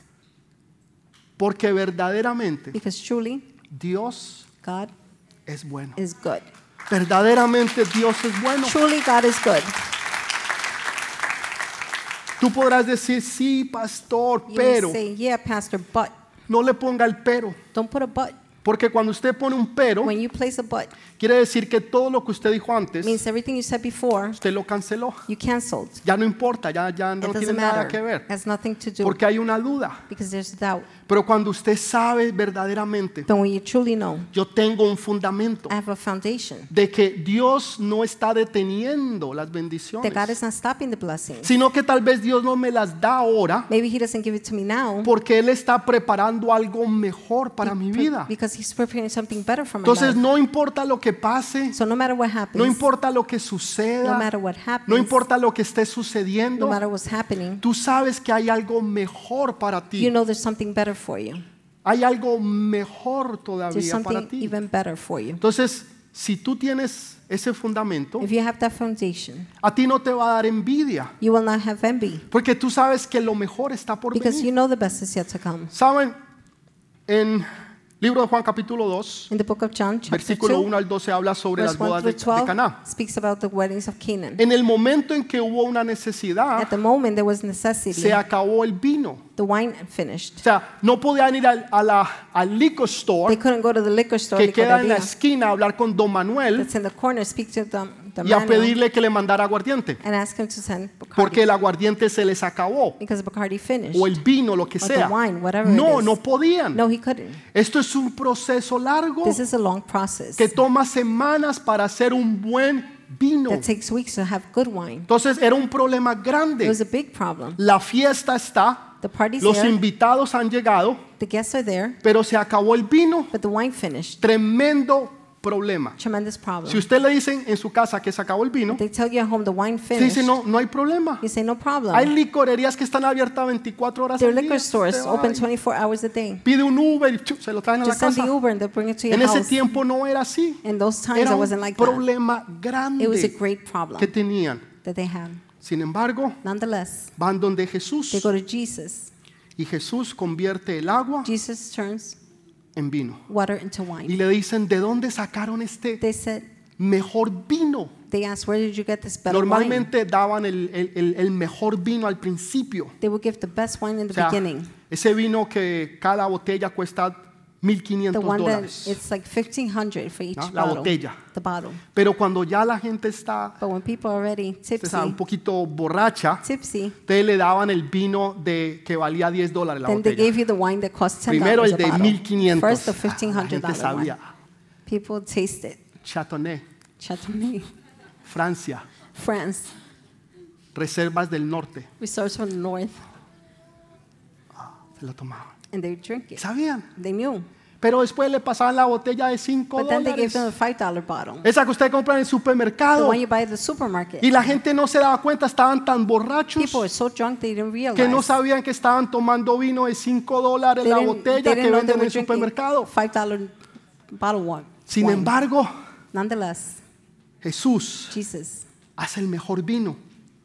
Speaker 1: Porque verdaderamente
Speaker 2: Because truly,
Speaker 1: Dios
Speaker 2: God
Speaker 1: es bueno.
Speaker 2: is good.
Speaker 1: Verdaderamente Dios es bueno.
Speaker 2: Truly, God is good.
Speaker 1: Tú podrás decir, sí, pastor,
Speaker 2: You may
Speaker 1: pero
Speaker 2: say, yeah, Pastor, but
Speaker 1: no le ponga el pero.
Speaker 2: don't put a but.
Speaker 1: Porque cuando usted pone un pero,
Speaker 2: When you place a but,
Speaker 1: quiere decir que todo lo que usted dijo antes,
Speaker 2: means everything you said before,
Speaker 1: usted lo canceló.
Speaker 2: you canceled.
Speaker 1: Ya no importa, ya, ya no
Speaker 2: It
Speaker 1: tiene
Speaker 2: doesn't
Speaker 1: nada
Speaker 2: matter.
Speaker 1: que ver.
Speaker 2: has nothing to do
Speaker 1: Porque hay una duda.
Speaker 2: because there's doubt.
Speaker 1: Pero cuando usted sabe verdaderamente,
Speaker 2: But when you truly know,
Speaker 1: yo tengo un fundamento.
Speaker 2: I have a foundation
Speaker 1: de que Dios no está deteniendo las
Speaker 2: that God is
Speaker 1: bendiciones,
Speaker 2: not stopping the blessing.
Speaker 1: sino que tal vez Dios no me las da ahora
Speaker 2: Maybe He doesn't give it to me now
Speaker 1: porque Él está preparando algo mejor para mi vida.
Speaker 2: because He's preparing something better for my
Speaker 1: Entonces
Speaker 2: life.
Speaker 1: no importa lo que pase,
Speaker 2: So no matter what happens,
Speaker 1: no importa lo que
Speaker 2: no
Speaker 1: suceda,
Speaker 2: matter what happens,
Speaker 1: no importa lo que esté
Speaker 2: no
Speaker 1: sucediendo,
Speaker 2: matter what's happening,
Speaker 1: tú sabes que hay algo mejor para
Speaker 2: you
Speaker 1: ti.
Speaker 2: know there's something better for you.
Speaker 1: Hay algo mejor
Speaker 2: There's
Speaker 1: todavía para
Speaker 2: something
Speaker 1: ti.
Speaker 2: even better for you.
Speaker 1: Entonces, si tú tienes ese fundamento,
Speaker 2: If you have that foundation,
Speaker 1: a ti no te va a dar envidia.
Speaker 2: you will not have envy
Speaker 1: Porque tú sabes que lo mejor está por
Speaker 2: because
Speaker 1: venir.
Speaker 2: you know the best is yet to come.
Speaker 1: Saben, en libro de Juan capítulo 2,
Speaker 2: In the book of John, chapter
Speaker 1: versículo
Speaker 2: 2,
Speaker 1: 1 al 12 habla sobre las
Speaker 2: Verse 1
Speaker 1: bodas de,
Speaker 2: through
Speaker 1: de
Speaker 2: 12
Speaker 1: Caná.
Speaker 2: speaks about the weddings of Canaan.
Speaker 1: En el momento en que hubo una
Speaker 2: At
Speaker 1: necesidad,
Speaker 2: the moment, there was
Speaker 1: se
Speaker 2: necessity.
Speaker 1: acabó el vino.
Speaker 2: The wine
Speaker 1: O
Speaker 2: finished.
Speaker 1: sea, no podían ir al, a la, al liquor
Speaker 2: They
Speaker 1: store
Speaker 2: couldn't go to the liquor store
Speaker 1: que queda en la
Speaker 2: licorería,
Speaker 1: esquina a hablar con Don Manuel
Speaker 2: that's in the corner, speak to the, the
Speaker 1: y a
Speaker 2: manual,
Speaker 1: pedirle que le mandara aguardiente,
Speaker 2: and ask him to send Bacardi
Speaker 1: porque el aguardiente se les acabó,
Speaker 2: because Bacardi finished.
Speaker 1: o el vino, lo que
Speaker 2: Or the
Speaker 1: sea.
Speaker 2: wine, whatever it
Speaker 1: No,
Speaker 2: is.
Speaker 1: no podían.
Speaker 2: No, he couldn't.
Speaker 1: Esto es un proceso largo
Speaker 2: This is a long process
Speaker 1: Oh. que toma semanas para hacer un buen vino.
Speaker 2: that takes weeks to have good wine.
Speaker 1: Entonces era un problema
Speaker 2: It was
Speaker 1: grande.
Speaker 2: a big problem.
Speaker 1: La fiesta está,
Speaker 2: The party's
Speaker 1: los
Speaker 2: there,
Speaker 1: invitados han llegado,
Speaker 2: the guests are there,
Speaker 1: pero se acabó el vino.
Speaker 2: but the wine finished.
Speaker 1: Tremendo problema.
Speaker 2: Tremendous problem.
Speaker 1: Si usted le dicen en su casa que se acabó el vino,
Speaker 2: They tell you at home the wine
Speaker 1: usted
Speaker 2: finished.
Speaker 1: dice no, no hay problema.
Speaker 2: You say no problem.
Speaker 1: Hay licorerías que están abiertas 24 horas
Speaker 2: Their
Speaker 1: al día.
Speaker 2: liquor stores
Speaker 1: Usted va
Speaker 2: open
Speaker 1: y
Speaker 2: 24 hours a day.
Speaker 1: Pide un Uber y chup, se lo traen a la
Speaker 2: Just send the
Speaker 1: casa.
Speaker 2: Uber and they'll bring it to your
Speaker 1: En ese
Speaker 2: house.
Speaker 1: tiempo no era así.
Speaker 2: In those times,
Speaker 1: Era
Speaker 2: I
Speaker 1: un
Speaker 2: wasn't like that.
Speaker 1: problema
Speaker 2: It was a
Speaker 1: grande
Speaker 2: great
Speaker 1: que
Speaker 2: problem
Speaker 1: tenían.
Speaker 2: that they had.
Speaker 1: Sin embargo,
Speaker 2: Nonetheless,
Speaker 1: van donde Jesús
Speaker 2: they go to Jesus.
Speaker 1: y Jesús convierte el agua
Speaker 2: Jesus turns
Speaker 1: en vino.
Speaker 2: water into
Speaker 1: Ah. Y
Speaker 2: wine.
Speaker 1: le dicen, ¿de dónde sacaron este
Speaker 2: They said,
Speaker 1: mejor vino?
Speaker 2: they asked, where did you get this better wine?
Speaker 1: Normalmente daban el, el- el- el mejor vino al principio.
Speaker 2: They would give the best wine in
Speaker 1: O
Speaker 2: the
Speaker 1: sea,
Speaker 2: beginning.
Speaker 1: ese vino que cada botella cuesta
Speaker 2: The
Speaker 1: 1.500
Speaker 2: one that
Speaker 1: dólares.
Speaker 2: it's like 1500 for each
Speaker 1: ¿no? La
Speaker 2: bottle.
Speaker 1: botella.
Speaker 2: The bottle.
Speaker 1: Pero cuando ya la gente está
Speaker 2: But when people are already
Speaker 1: usted sabe,
Speaker 2: tipsy,
Speaker 1: un poquito borracha,
Speaker 2: tipsy,
Speaker 1: ustedes le daban el vino de, que valía 10 dólares la
Speaker 2: then they
Speaker 1: botella.
Speaker 2: gave you the wine that cost $10
Speaker 1: Primero el
Speaker 2: a
Speaker 1: de
Speaker 2: bottle.
Speaker 1: 1.500.
Speaker 2: First the
Speaker 1: Ah, La gente
Speaker 2: $1,500
Speaker 1: sabía.
Speaker 2: wine. People taste it.
Speaker 1: Châtonnet,
Speaker 2: Chardonnay.
Speaker 1: Francia,
Speaker 2: France.
Speaker 1: reservas del norte.
Speaker 2: Resorts from the north.
Speaker 1: Se lo tomaban.
Speaker 2: And they drink it.
Speaker 1: Sabían.
Speaker 2: They knew.
Speaker 1: Pero después le pasaban la botella de 5
Speaker 2: But then they gave
Speaker 1: dólares.
Speaker 2: them a $5 bottle.
Speaker 1: Esa que usted compra en el
Speaker 2: The
Speaker 1: supermercado.
Speaker 2: one you buy at the supermarket.
Speaker 1: Y la gente no se daba cuenta, estaban tan
Speaker 2: People were
Speaker 1: borrachos
Speaker 2: so drunk they didn't realize.
Speaker 1: que no sabían que estaban tomando vino de 5 dólares
Speaker 2: They
Speaker 1: la
Speaker 2: didn't- they
Speaker 1: botella que
Speaker 2: didn't know they
Speaker 1: venden en
Speaker 2: were
Speaker 1: el
Speaker 2: drinking
Speaker 1: supermercado.
Speaker 2: $5 bottle wine.
Speaker 1: Sin
Speaker 2: wine.
Speaker 1: embargo,
Speaker 2: Nonetheless,
Speaker 1: Jesús
Speaker 2: Jesus
Speaker 1: hace el mejor vino.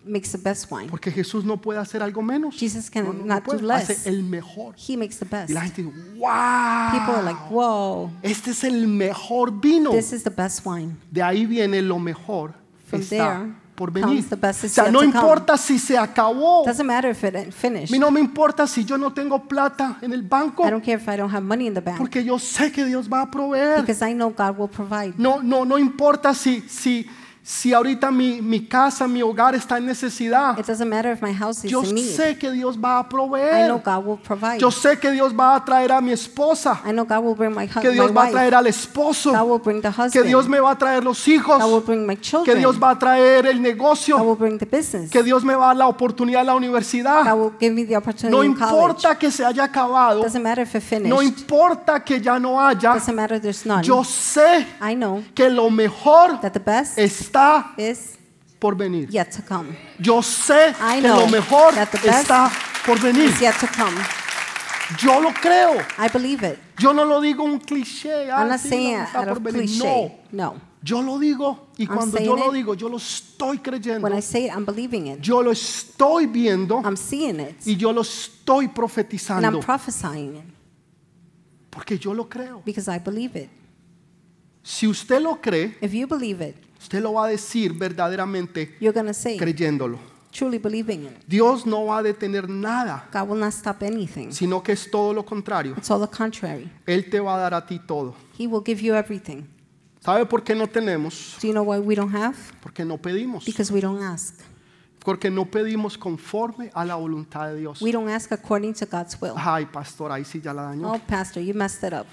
Speaker 2: makes the best wine.
Speaker 1: Porque Jesús no puede hacer algo menos.
Speaker 2: Jesus can
Speaker 1: No, no, no
Speaker 2: not
Speaker 1: puede.
Speaker 2: do less.
Speaker 1: Hace el mejor.
Speaker 2: He makes the best.
Speaker 1: Y la gente dice,
Speaker 2: People are like,
Speaker 1: wow,
Speaker 2: whoa,
Speaker 1: este es el mejor vino.
Speaker 2: this is the best wine.
Speaker 1: De ahí viene lo mejor que
Speaker 2: From
Speaker 1: está
Speaker 2: there
Speaker 1: por
Speaker 2: comes
Speaker 1: venir.
Speaker 2: the best
Speaker 1: O
Speaker 2: is
Speaker 1: sea,
Speaker 2: yet
Speaker 1: no
Speaker 2: to come.
Speaker 1: importa si se acabó. A
Speaker 2: Doesn't matter if it ain't finished.
Speaker 1: mí no me importa si yo no tengo plata en el banco,
Speaker 2: I don't care if I don't have money in the bank
Speaker 1: porque yo sé que Dios va a proveer.
Speaker 2: because I know God will provide.
Speaker 1: No, no, no importa si, si, si ahorita mi, mi casa, mi hogar está en necesidad.
Speaker 2: It doesn't matter if my house is
Speaker 1: Yo
Speaker 2: in need.
Speaker 1: sé que Dios va a
Speaker 2: I know
Speaker 1: proveer.
Speaker 2: God will provide.
Speaker 1: Yo sé que Dios va a traer a mi esposa.
Speaker 2: I know God will bring my
Speaker 1: que
Speaker 2: husband, my
Speaker 1: Dios va a
Speaker 2: wife.
Speaker 1: traer al
Speaker 2: God
Speaker 1: esposo,
Speaker 2: will bring the
Speaker 1: que
Speaker 2: husband.
Speaker 1: Dios me va a traer los
Speaker 2: God will
Speaker 1: hijos,
Speaker 2: bring my
Speaker 1: que
Speaker 2: children.
Speaker 1: Dios va a traer el
Speaker 2: God
Speaker 1: negocio,
Speaker 2: will bring the business.
Speaker 1: que Dios me va a dar la oportunidad en la
Speaker 2: God
Speaker 1: universidad.
Speaker 2: will give me the opportunity
Speaker 1: No
Speaker 2: in college.
Speaker 1: importa que se haya acabado,
Speaker 2: Doesn't matter if it finished.
Speaker 1: no importa que ya no haya,
Speaker 2: Doesn't matter if there's none.
Speaker 1: yo sé
Speaker 2: I know
Speaker 1: que lo mejor
Speaker 2: that the best
Speaker 1: está
Speaker 2: is
Speaker 1: por venir.
Speaker 2: yet to come.
Speaker 1: Yo sé
Speaker 2: I
Speaker 1: que lo
Speaker 2: know
Speaker 1: mejor
Speaker 2: that the best
Speaker 1: está por venir.
Speaker 2: It's yet to come.
Speaker 1: Yo lo creo.
Speaker 2: I believe it.
Speaker 1: Yo no lo digo un cliché. ah,
Speaker 2: I'm not
Speaker 1: sí,
Speaker 2: saying
Speaker 1: no,
Speaker 2: it
Speaker 1: está
Speaker 2: out
Speaker 1: por
Speaker 2: of
Speaker 1: venir.
Speaker 2: cliche.
Speaker 1: No.
Speaker 2: No.
Speaker 1: Yo lo digo y
Speaker 2: I'm
Speaker 1: cuando yo
Speaker 2: saying
Speaker 1: lo
Speaker 2: it.
Speaker 1: digo, yo lo estoy creyendo.
Speaker 2: When I say it, I'm believing it.
Speaker 1: Yo lo estoy viendo
Speaker 2: I'm seeing it.
Speaker 1: y yo lo estoy
Speaker 2: And I'm
Speaker 1: profetizando
Speaker 2: prophesying it
Speaker 1: porque yo lo creo.
Speaker 2: because I believe it.
Speaker 1: Si usted lo cree,
Speaker 2: If you believe it,
Speaker 1: usted lo va a decir verdaderamente
Speaker 2: you're going to say,
Speaker 1: creyéndolo.
Speaker 2: truly believing it.
Speaker 1: Dios no va a detener nada,
Speaker 2: God will not stop anything.
Speaker 1: sino que es todo lo contrario.
Speaker 2: It's all the contrary.
Speaker 1: Él te va a dar a ti todo.
Speaker 2: He will give you everything.
Speaker 1: ¿Sabe por qué no tenemos?
Speaker 2: Do you know why we don't have?
Speaker 1: Porque no pedimos.
Speaker 2: Because we don't ask.
Speaker 1: Porque no pedimos conforme a la voluntad de Dios.
Speaker 2: We don't ask according to God's will.
Speaker 1: Ay, pastor, ahí sí ya la dañó.
Speaker 2: Oh, Pastor, you messed it up.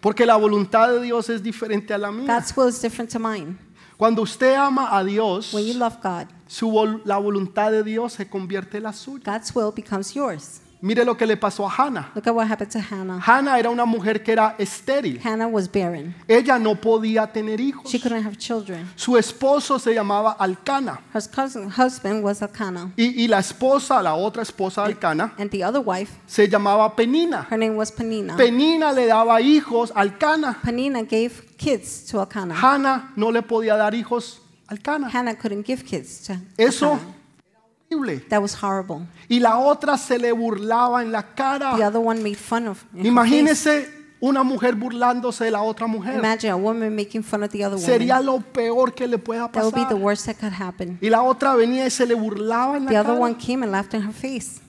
Speaker 1: Porque la voluntad de Dios es diferente a la mía.
Speaker 2: God's will is different to mine.
Speaker 1: Cuando usted ama a Dios,
Speaker 2: When you love God,
Speaker 1: su vol- la voluntad de Dios se convierte en la suya.
Speaker 2: God's will becomes yours.
Speaker 1: Mire lo que le pasó a Hannah.
Speaker 2: Look at what happened to Hannah.
Speaker 1: Hannah era una mujer que era estéril.
Speaker 2: Hannah was barren.
Speaker 1: Ella no podía tener hijos.
Speaker 2: She couldn't have children.
Speaker 1: Su esposo se llamaba Alcana.
Speaker 2: Her cousin, husband was Elkanah,
Speaker 1: Y, y la esposa, la otra esposa de Alcana,
Speaker 2: and the other wife,
Speaker 1: se llamaba Penina.
Speaker 2: her name was Penina.
Speaker 1: Penina le daba hijos a Alcana.
Speaker 2: Penina gave kids to Elkanah.
Speaker 1: Hannah no le podía dar hijos a Alcana.
Speaker 2: Hannah couldn't give kids to
Speaker 1: Eso
Speaker 2: Elkanah.
Speaker 1: era horrible.
Speaker 2: That was horrible.
Speaker 1: Y la otra se le burlaba en la
Speaker 2: The
Speaker 1: cara.
Speaker 2: other one made fun of. in her face.
Speaker 1: Imagínese una mujer burlándose de la otra mujer.
Speaker 2: Imagine a woman making fun of the other woman.
Speaker 1: sería
Speaker 2: That
Speaker 1: lo peor que le pueda
Speaker 2: would be the
Speaker 1: pasar.
Speaker 2: worst that could happen.
Speaker 1: Y la otra venía y se le burlaba en la
Speaker 2: The other
Speaker 1: cara.
Speaker 2: one came and laughed in her face.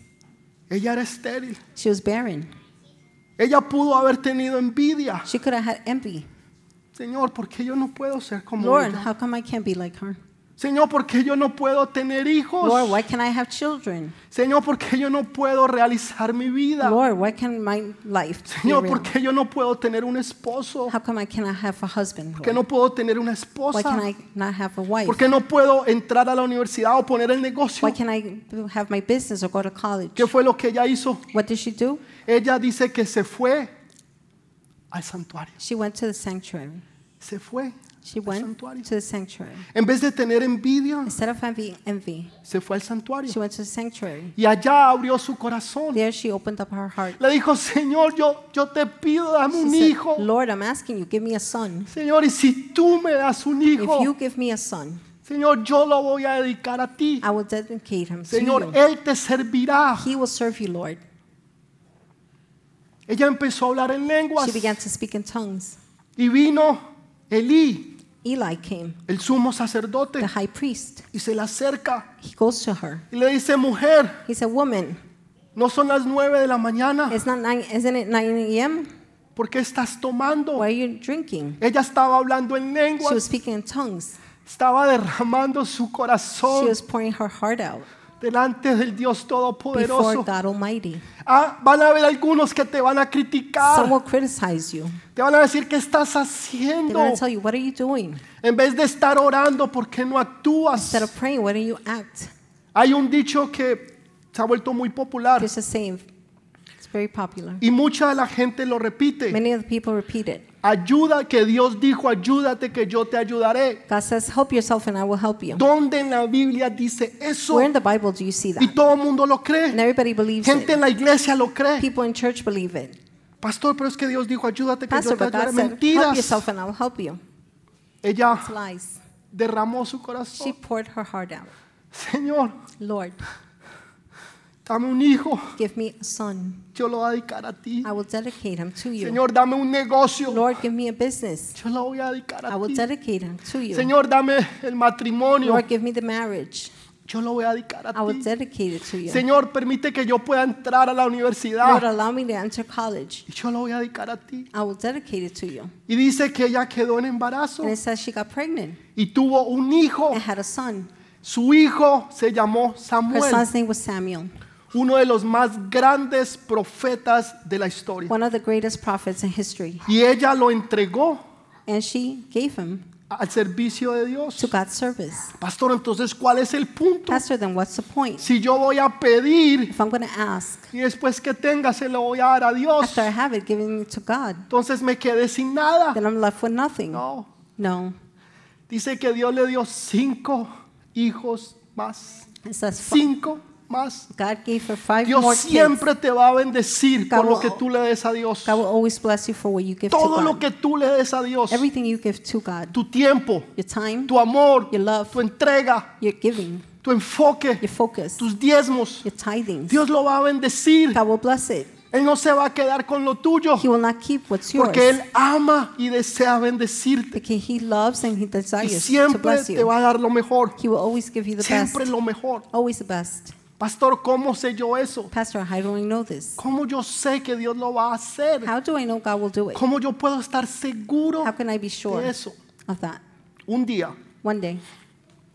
Speaker 1: Ella era estéril.
Speaker 2: She was barren.
Speaker 1: Ella pudo haber tenido envidia.
Speaker 2: She could have had envy.
Speaker 1: Señor, ¿por qué yo no puedo ser como
Speaker 2: Lord,
Speaker 1: ella?
Speaker 2: how come I can't be like her?
Speaker 1: Señor, ¿por qué yo no puedo tener hijos?
Speaker 2: Lord, why can't I have children?
Speaker 1: Señor, ¿por qué yo no puedo realizar mi vida?
Speaker 2: Lord, why can't my life be
Speaker 1: Señor,
Speaker 2: real?
Speaker 1: ¿por qué yo no puedo tener un esposo?
Speaker 2: How come I cannot have a husband?
Speaker 1: ¿Por qué
Speaker 2: Lord?
Speaker 1: no puedo tener una
Speaker 2: Why can
Speaker 1: esposa?
Speaker 2: I not have a wife?
Speaker 1: ¿Por qué no puedo entrar a la universidad o poner el negocio?
Speaker 2: Why can I have my business or go to college?
Speaker 1: ¿Qué fue lo que ella hizo?
Speaker 2: What did she do?
Speaker 1: Ella dice que se fue al santuario.
Speaker 2: She went to the sanctuary.
Speaker 1: se fue
Speaker 2: She
Speaker 1: al
Speaker 2: went
Speaker 1: santuario.
Speaker 2: to the sanctuary.
Speaker 1: En vez de tener envidia,
Speaker 2: Instead of having envy,
Speaker 1: se fue al santuario.
Speaker 2: she went to the sanctuary.
Speaker 1: Y allá abrió su corazón.
Speaker 2: There she opened up her heart.
Speaker 1: Le dijo, Señor, yo, yo te pido, dame
Speaker 2: She
Speaker 1: un
Speaker 2: said,
Speaker 1: hijo.
Speaker 2: Lord, I'm asking you, give me a son.
Speaker 1: Señor, y si tú me das un
Speaker 2: If you
Speaker 1: hijo,
Speaker 2: give me a son,
Speaker 1: Señor, yo lo voy a dedicar a ti.
Speaker 2: I will dedicate him to
Speaker 1: Señor,
Speaker 2: you.
Speaker 1: Él te servirá.
Speaker 2: He will serve you, Lord.
Speaker 1: Ella empezó a hablar en lenguas.
Speaker 2: She began to speak in tongues.
Speaker 1: Y vino Elí,
Speaker 2: Eli came,
Speaker 1: el sumo sacerdote,
Speaker 2: the high priest.
Speaker 1: y se le acerca
Speaker 2: He goes to her.
Speaker 1: y le dice, mujer,
Speaker 2: He said, Woman,
Speaker 1: no son las nueve de la mañana,
Speaker 2: it's not nine, isn't it 9 a.m.?
Speaker 1: ¿por qué estás tomando?
Speaker 2: Why are you drinking?
Speaker 1: Ella estaba hablando en
Speaker 2: She was
Speaker 1: lenguas,
Speaker 2: speaking in tongues.
Speaker 1: estaba derramando su
Speaker 2: She
Speaker 1: corazón
Speaker 2: was pouring her heart out
Speaker 1: delante del Dios
Speaker 2: before
Speaker 1: Todopoderoso.
Speaker 2: God Almighty.
Speaker 1: Ah, van a haber algunos que te van a criticar,
Speaker 2: Some will criticize you.
Speaker 1: te van a decir qué estás
Speaker 2: They're
Speaker 1: haciendo.
Speaker 2: going to tell you, What are you doing?
Speaker 1: En vez de estar orando, ¿por qué no actúas?
Speaker 2: Instead of praying, why don't you act?
Speaker 1: Hay un dicho que se ha vuelto muy popular
Speaker 2: There's a saying, it's very popular.
Speaker 1: y mucha de la gente lo repite.
Speaker 2: Many of the people repeat it.
Speaker 1: Ayuda que Dios dijo, ayúdate que yo te ayudaré.
Speaker 2: God says, Help yourself and I will help you.
Speaker 1: ¿Dónde en la Biblia dice eso?
Speaker 2: Where in the Bible do you see
Speaker 1: Y
Speaker 2: that?
Speaker 1: todo el mundo lo
Speaker 2: And
Speaker 1: cree.
Speaker 2: everybody believes
Speaker 1: Gente en
Speaker 2: it.
Speaker 1: la iglesia lo cree.
Speaker 2: People in church believe it.
Speaker 1: Pastor, pero es que Dios dijo, ayúdate que
Speaker 2: Pastor,
Speaker 1: yo te
Speaker 2: but God
Speaker 1: ayudaré.
Speaker 2: said, Help yourself
Speaker 1: Mentiras.
Speaker 2: and I'll help you.
Speaker 1: Ella
Speaker 2: It's lies.
Speaker 1: derramó su
Speaker 2: She
Speaker 1: corazón.
Speaker 2: poured her heart out.
Speaker 1: Señor,
Speaker 2: Lord,
Speaker 1: dame un hijo.
Speaker 2: give me a son.
Speaker 1: Yo lo voy a dedicar a ti.
Speaker 2: I will dedicate him to you.
Speaker 1: Señor, dame un negocio.
Speaker 2: Lord, give me a business.
Speaker 1: Yo lo voy a dedicar
Speaker 2: I
Speaker 1: a
Speaker 2: will
Speaker 1: ti.
Speaker 2: dedicate him to you.
Speaker 1: Señor, dame el matrimonio.
Speaker 2: Lord, give me the marriage.
Speaker 1: Yo lo voy a dedicar
Speaker 2: I
Speaker 1: a
Speaker 2: will
Speaker 1: ti.
Speaker 2: dedicate it to you.
Speaker 1: Señor, permite que yo pueda entrar a la
Speaker 2: Lord,
Speaker 1: universidad.
Speaker 2: allow me to enter college.
Speaker 1: Y yo lo voy a dedicar a ti.
Speaker 2: I will dedicate it to you.
Speaker 1: Y dice que ella quedó en embarazo
Speaker 2: And it says she got pregnant
Speaker 1: y tuvo un hijo.
Speaker 2: and had a son.
Speaker 1: Su hijo se llamó
Speaker 2: Her
Speaker 1: Samuel,
Speaker 2: son's name was Samuel,
Speaker 1: uno de los más grandes profetas de la historia.
Speaker 2: one of the greatest prophets in history.
Speaker 1: Y ella lo entregó
Speaker 2: And she gave him
Speaker 1: al servicio de
Speaker 2: to
Speaker 1: Dios.
Speaker 2: God's service.
Speaker 1: Pastor, entonces, ¿cuál es el punto?
Speaker 2: Pastor, then what's the point?
Speaker 1: Si yo voy a pedir
Speaker 2: If I'm going to ask,
Speaker 1: y después que tenga se lo voy a dar a Dios,
Speaker 2: after I have it given to God,
Speaker 1: entonces me quedé sin nada.
Speaker 2: then I'm left with nothing.
Speaker 1: Ah. No,
Speaker 2: No.
Speaker 1: dice que Dios le dio cinco hijos más.
Speaker 2: It says fi-
Speaker 1: Cinco más.
Speaker 2: God gave her five more
Speaker 1: Dios
Speaker 2: kids.
Speaker 1: siempre te va a bendecir
Speaker 2: God
Speaker 1: por lo
Speaker 2: will-
Speaker 1: que tú le des a Dios.
Speaker 2: God will always bless you for what you give to
Speaker 1: Todo lo
Speaker 2: God.
Speaker 1: que tú le des a Dios,
Speaker 2: Everything you give to God,
Speaker 1: tu tiempo,
Speaker 2: your time,
Speaker 1: tu amor,
Speaker 2: Your love.
Speaker 1: tu entrega,
Speaker 2: your giving,
Speaker 1: tu enfoque,
Speaker 2: your focus,
Speaker 1: tus diezmos,
Speaker 2: your tithings.
Speaker 1: Dios lo va a bendecir.
Speaker 2: God will bless it.
Speaker 1: Él no se va a quedar con lo tuyo
Speaker 2: He will not keep what's yours.
Speaker 1: porque Él ama y desea bendecirte
Speaker 2: Because he loves and he
Speaker 1: y
Speaker 2: desires to
Speaker 1: siempre
Speaker 2: bless
Speaker 1: te
Speaker 2: you.
Speaker 1: va a dar lo mejor,
Speaker 2: He will always give you the best.
Speaker 1: siempre lo mejor.
Speaker 2: Always the best.
Speaker 1: Pastor, ¿cómo sé yo eso?
Speaker 2: Pastor, how do I know this?
Speaker 1: ¿Cómo yo sé que Dios lo va a hacer?
Speaker 2: How do I know God will do it?
Speaker 1: ¿Cómo yo puedo estar seguro
Speaker 2: How can I be sure
Speaker 1: de eso?
Speaker 2: of that?
Speaker 1: Un día
Speaker 2: One day,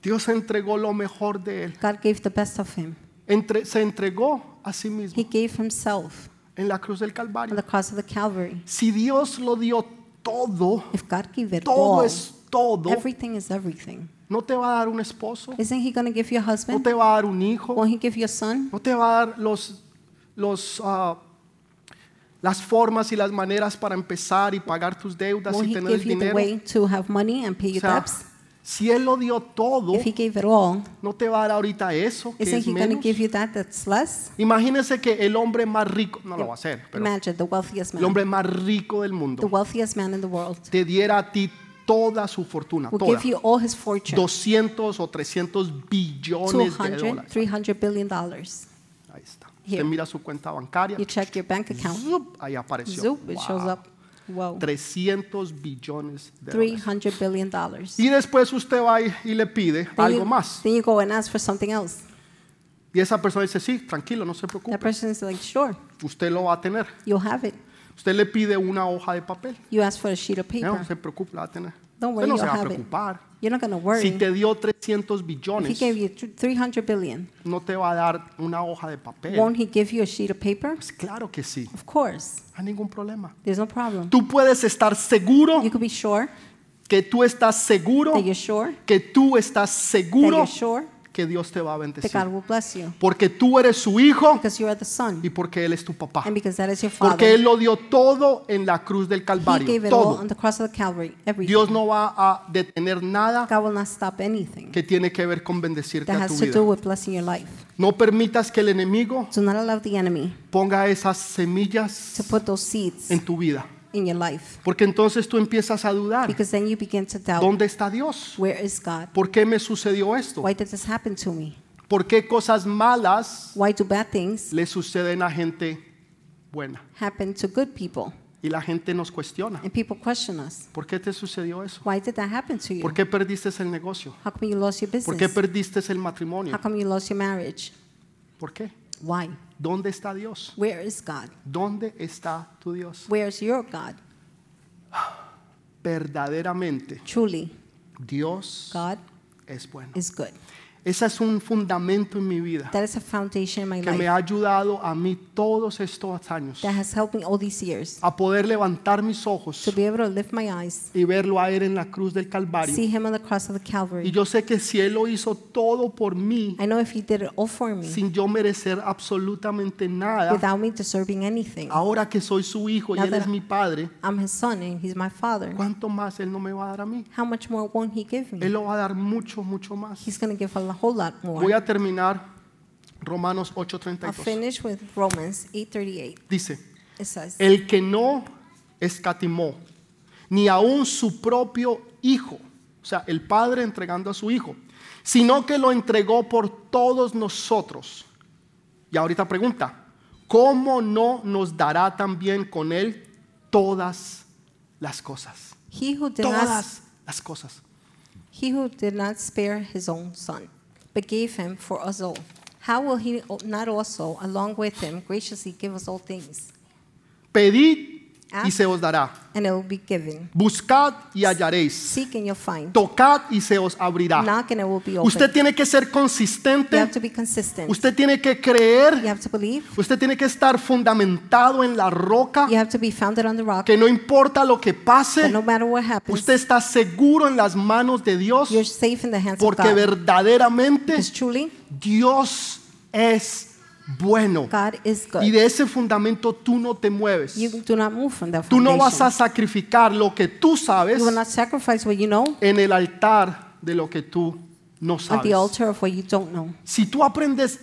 Speaker 1: Dios entregó lo mejor de él.
Speaker 2: God gave the best of him.
Speaker 1: Entre- se entregó a sí
Speaker 2: He
Speaker 1: mismo
Speaker 2: gave himself
Speaker 1: en la cruz del
Speaker 2: on
Speaker 1: Calvario.
Speaker 2: the cross of the Calvary.
Speaker 1: Si Dios lo dio todo,
Speaker 2: If God gave it
Speaker 1: todo
Speaker 2: all,
Speaker 1: es todo,
Speaker 2: everything is everything.
Speaker 1: no te va a dar un esposo,
Speaker 2: Isn't he going to give you a
Speaker 1: no
Speaker 2: husband?
Speaker 1: te va a dar un hijo,
Speaker 2: Won't he give you a son?
Speaker 1: no te va a dar los, los, ah, las formas y las maneras para empezar y pagar tus deudas
Speaker 2: Won't
Speaker 1: y
Speaker 2: he
Speaker 1: tener el
Speaker 2: give you the
Speaker 1: dinero.
Speaker 2: way to have money and pay
Speaker 1: O
Speaker 2: your
Speaker 1: sea,
Speaker 2: debts?
Speaker 1: si Él lo dio todo,
Speaker 2: If he gave it all,
Speaker 1: no te va a dar ahorita eso, que
Speaker 2: isn't
Speaker 1: es
Speaker 2: he going to
Speaker 1: menos.
Speaker 2: give you that that's less?
Speaker 1: Imagínense que el hombre más rico, no lo va a hacer, pero
Speaker 2: Imagine the wealthiest
Speaker 1: el
Speaker 2: man,
Speaker 1: hombre más rico del
Speaker 2: the
Speaker 1: mundo
Speaker 2: wealthiest man in the world,
Speaker 1: te diera a ti toda su fortuna,
Speaker 2: will
Speaker 1: toda,
Speaker 2: give you all his fortune,
Speaker 1: 200 o 300 billones de
Speaker 2: 200,
Speaker 1: dólares.
Speaker 2: 300 billion dollars.
Speaker 1: Ahí está.
Speaker 2: Here.
Speaker 1: Usted mira su cuenta bancaria,
Speaker 2: You check your bank account,
Speaker 1: zup, ahí apareció.
Speaker 2: zoop, it shows
Speaker 1: Wow.
Speaker 2: up. Whoa,
Speaker 1: 300 billones de dólares.
Speaker 2: 300 billion dollars.
Speaker 1: Y después usted va y y le pide
Speaker 2: Then
Speaker 1: algo
Speaker 2: you,
Speaker 1: más.
Speaker 2: then you go and ask for something else.
Speaker 1: Y esa persona dice, sí, tranquilo, no se
Speaker 2: That
Speaker 1: preocupe,
Speaker 2: person is like, sure,
Speaker 1: usted lo va a tener.
Speaker 2: you'll have it.
Speaker 1: Usted le pide una hoja de papel.
Speaker 2: You ask for a sheet of
Speaker 1: No, no
Speaker 2: paper.
Speaker 1: se preocupe, la va a tener.
Speaker 2: Don't
Speaker 1: Usted
Speaker 2: worry,
Speaker 1: no se
Speaker 2: you'll
Speaker 1: va a
Speaker 2: have it.
Speaker 1: preocupar.
Speaker 2: You're not going to worry.
Speaker 1: Si te dio 300
Speaker 2: If he
Speaker 1: billones,
Speaker 2: gave you th- 300 billion,
Speaker 1: no te va a dar una hoja de papel.
Speaker 2: won't he give you a sheet of paper?
Speaker 1: Pues claro que sí,
Speaker 2: Of course.
Speaker 1: no hay ningún problema.
Speaker 2: There's no problem.
Speaker 1: Tú puedes estar seguro
Speaker 2: You could be sure
Speaker 1: que tú estás seguro
Speaker 2: that you're sure
Speaker 1: que tú estás
Speaker 2: that you're
Speaker 1: seguro
Speaker 2: sure
Speaker 1: que Dios te va a
Speaker 2: that
Speaker 1: bendecir.
Speaker 2: God will bless you
Speaker 1: Porque tú eres su hijo
Speaker 2: because you are the
Speaker 1: y
Speaker 2: son
Speaker 1: porque Él es tu papá.
Speaker 2: and because that is your
Speaker 1: Porque Él
Speaker 2: father.
Speaker 1: lo dio todo en la cruz del
Speaker 2: He
Speaker 1: Calvario.
Speaker 2: gave it all
Speaker 1: Todo.
Speaker 2: on the cross of the Calvary.
Speaker 1: Dios
Speaker 2: Everything.
Speaker 1: no va a detener nada
Speaker 2: God will not stop anything
Speaker 1: que tiene que ver con bendecirte
Speaker 2: that
Speaker 1: a tu
Speaker 2: has to do
Speaker 1: vida.
Speaker 2: with blessing your life.
Speaker 1: No permitas que el enemigo
Speaker 2: Do not allow the enemy
Speaker 1: ponga esas
Speaker 2: to
Speaker 1: semillas
Speaker 2: put those seeds
Speaker 1: en tu vida.
Speaker 2: in your life
Speaker 1: Porque entonces tú empiezas a dudar.
Speaker 2: because then you begin to doubt
Speaker 1: ¿Dónde está Dios?
Speaker 2: where is God?
Speaker 1: ¿Por qué me sucedió esto?
Speaker 2: Why did this happen to me?
Speaker 1: ¿Por qué cosas malas
Speaker 2: Why do bad things
Speaker 1: le suceden a gente buena?
Speaker 2: happen to good people?
Speaker 1: Y la gente nos cuestiona.
Speaker 2: And people question us.
Speaker 1: ¿Por qué te sucedió eso?
Speaker 2: Why did that happen to
Speaker 1: ¿Por
Speaker 2: you?
Speaker 1: qué perdiste el negocio?
Speaker 2: How come you lost your
Speaker 1: ¿Por qué
Speaker 2: business?
Speaker 1: perdiste el
Speaker 2: How
Speaker 1: matrimonio?
Speaker 2: come you lost your marriage?
Speaker 1: ¿Por qué?
Speaker 2: Why?
Speaker 1: ¿Dónde está Dios?
Speaker 2: Where is God?
Speaker 1: ¿Dónde está tu Dios?
Speaker 2: Where's your God?
Speaker 1: Verdaderamente,
Speaker 2: Truly,
Speaker 1: Dios
Speaker 2: God
Speaker 1: es bueno.
Speaker 2: is good.
Speaker 1: Ese es un fundamento en mi vida
Speaker 2: That is a foundation in my
Speaker 1: que me
Speaker 2: life
Speaker 1: ha ayudado a mí todos estos años
Speaker 2: that has helped me all these years
Speaker 1: a poder levantar mis ojos
Speaker 2: to be able to lift my eyes,
Speaker 1: y verlo a Él en la cruz del Calvario.
Speaker 2: see Him on the cross of the
Speaker 1: Y
Speaker 2: Calvary.
Speaker 1: yo sé que si Él lo hizo todo por mí,
Speaker 2: I know if He did it all for me
Speaker 1: sin yo merecer absolutamente nada,
Speaker 2: without me deserving anything,
Speaker 1: ahora que soy su hijo y Él es mi padre,
Speaker 2: I'm His son and He's my father.
Speaker 1: ¿cuánto más Él no me va a dar a mí?
Speaker 2: How much more won't He give
Speaker 1: Él
Speaker 2: me?
Speaker 1: lo va a dar mucho, mucho más.
Speaker 2: He's going to give a whole lot
Speaker 1: Voy
Speaker 2: more.
Speaker 1: a terminar Romanos
Speaker 2: I'll
Speaker 1: 8:32.
Speaker 2: finish with Romans 8:38.
Speaker 1: Dice,
Speaker 2: It says,
Speaker 1: el que no escatimó, ni aun su propio hijo, o sea, el padre entregando a su hijo, sino que lo entregó por todos nosotros. Y ahorita pregunta, ¿cómo no nos dará también con él todas las cosas?
Speaker 2: "He who did not
Speaker 1: Todas las cosas.
Speaker 2: He who did not spare his own son, but gave him for us all, how will he not also, along with him, graciously give us all things?
Speaker 1: Pedid y
Speaker 2: Ask.
Speaker 1: se os dará.
Speaker 2: And it will be given.
Speaker 1: Buscad y hallaréis.
Speaker 2: Seek and you'll find.
Speaker 1: Tocad y se os abrirá.
Speaker 2: Knock and it will be opened.
Speaker 1: Usted tiene que ser
Speaker 2: you have
Speaker 1: consistente.
Speaker 2: to be consistent.
Speaker 1: Usted tiene que
Speaker 2: you
Speaker 1: creer.
Speaker 2: have to believe.
Speaker 1: Usted tiene que estar fundamentado en la roca.
Speaker 2: You have to be founded on the rock.
Speaker 1: Que no importa lo que
Speaker 2: that
Speaker 1: pase,
Speaker 2: no matter what happens,
Speaker 1: usted está seguro en las manos de Dios.
Speaker 2: you're safe in the hands of
Speaker 1: Porque
Speaker 2: God.
Speaker 1: verdaderamente
Speaker 2: Because truly,
Speaker 1: Dios es bueno.
Speaker 2: God is
Speaker 1: Y
Speaker 2: good.
Speaker 1: de ese fundamento tú no te mueves.
Speaker 2: You do not move from that
Speaker 1: Tú
Speaker 2: foundation.
Speaker 1: no vas a sacrificar lo que tú sabes
Speaker 2: you will not sacrifice what you know
Speaker 1: en el altar de lo que tú no
Speaker 2: on the
Speaker 1: sabes.
Speaker 2: altar of what you don't know.
Speaker 1: Si tú aprendes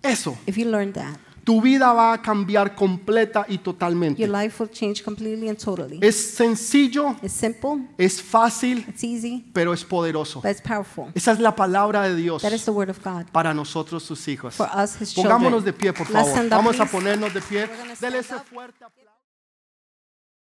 Speaker 1: eso,
Speaker 2: If you learn that,
Speaker 1: tu vida va a cambiar completa y
Speaker 2: Your
Speaker 1: totalmente.
Speaker 2: life will change completely and totally.
Speaker 1: Es sencillo,
Speaker 2: It's simple,
Speaker 1: es fácil,
Speaker 2: it's easy,
Speaker 1: pero es poderoso.
Speaker 2: but it's powerful.
Speaker 1: Esa es la palabra de Dios
Speaker 2: That is the word of God
Speaker 1: para nosotros sus hijos.
Speaker 2: for us, His children.
Speaker 1: Pongámonos de pie, por
Speaker 2: Let's
Speaker 1: favor.
Speaker 2: stand up,
Speaker 1: Vamos a
Speaker 2: please.
Speaker 1: ponernos de pie.
Speaker 2: We're gonna stand
Speaker 1: Dele ese
Speaker 2: up.
Speaker 1: fuerte aplauso.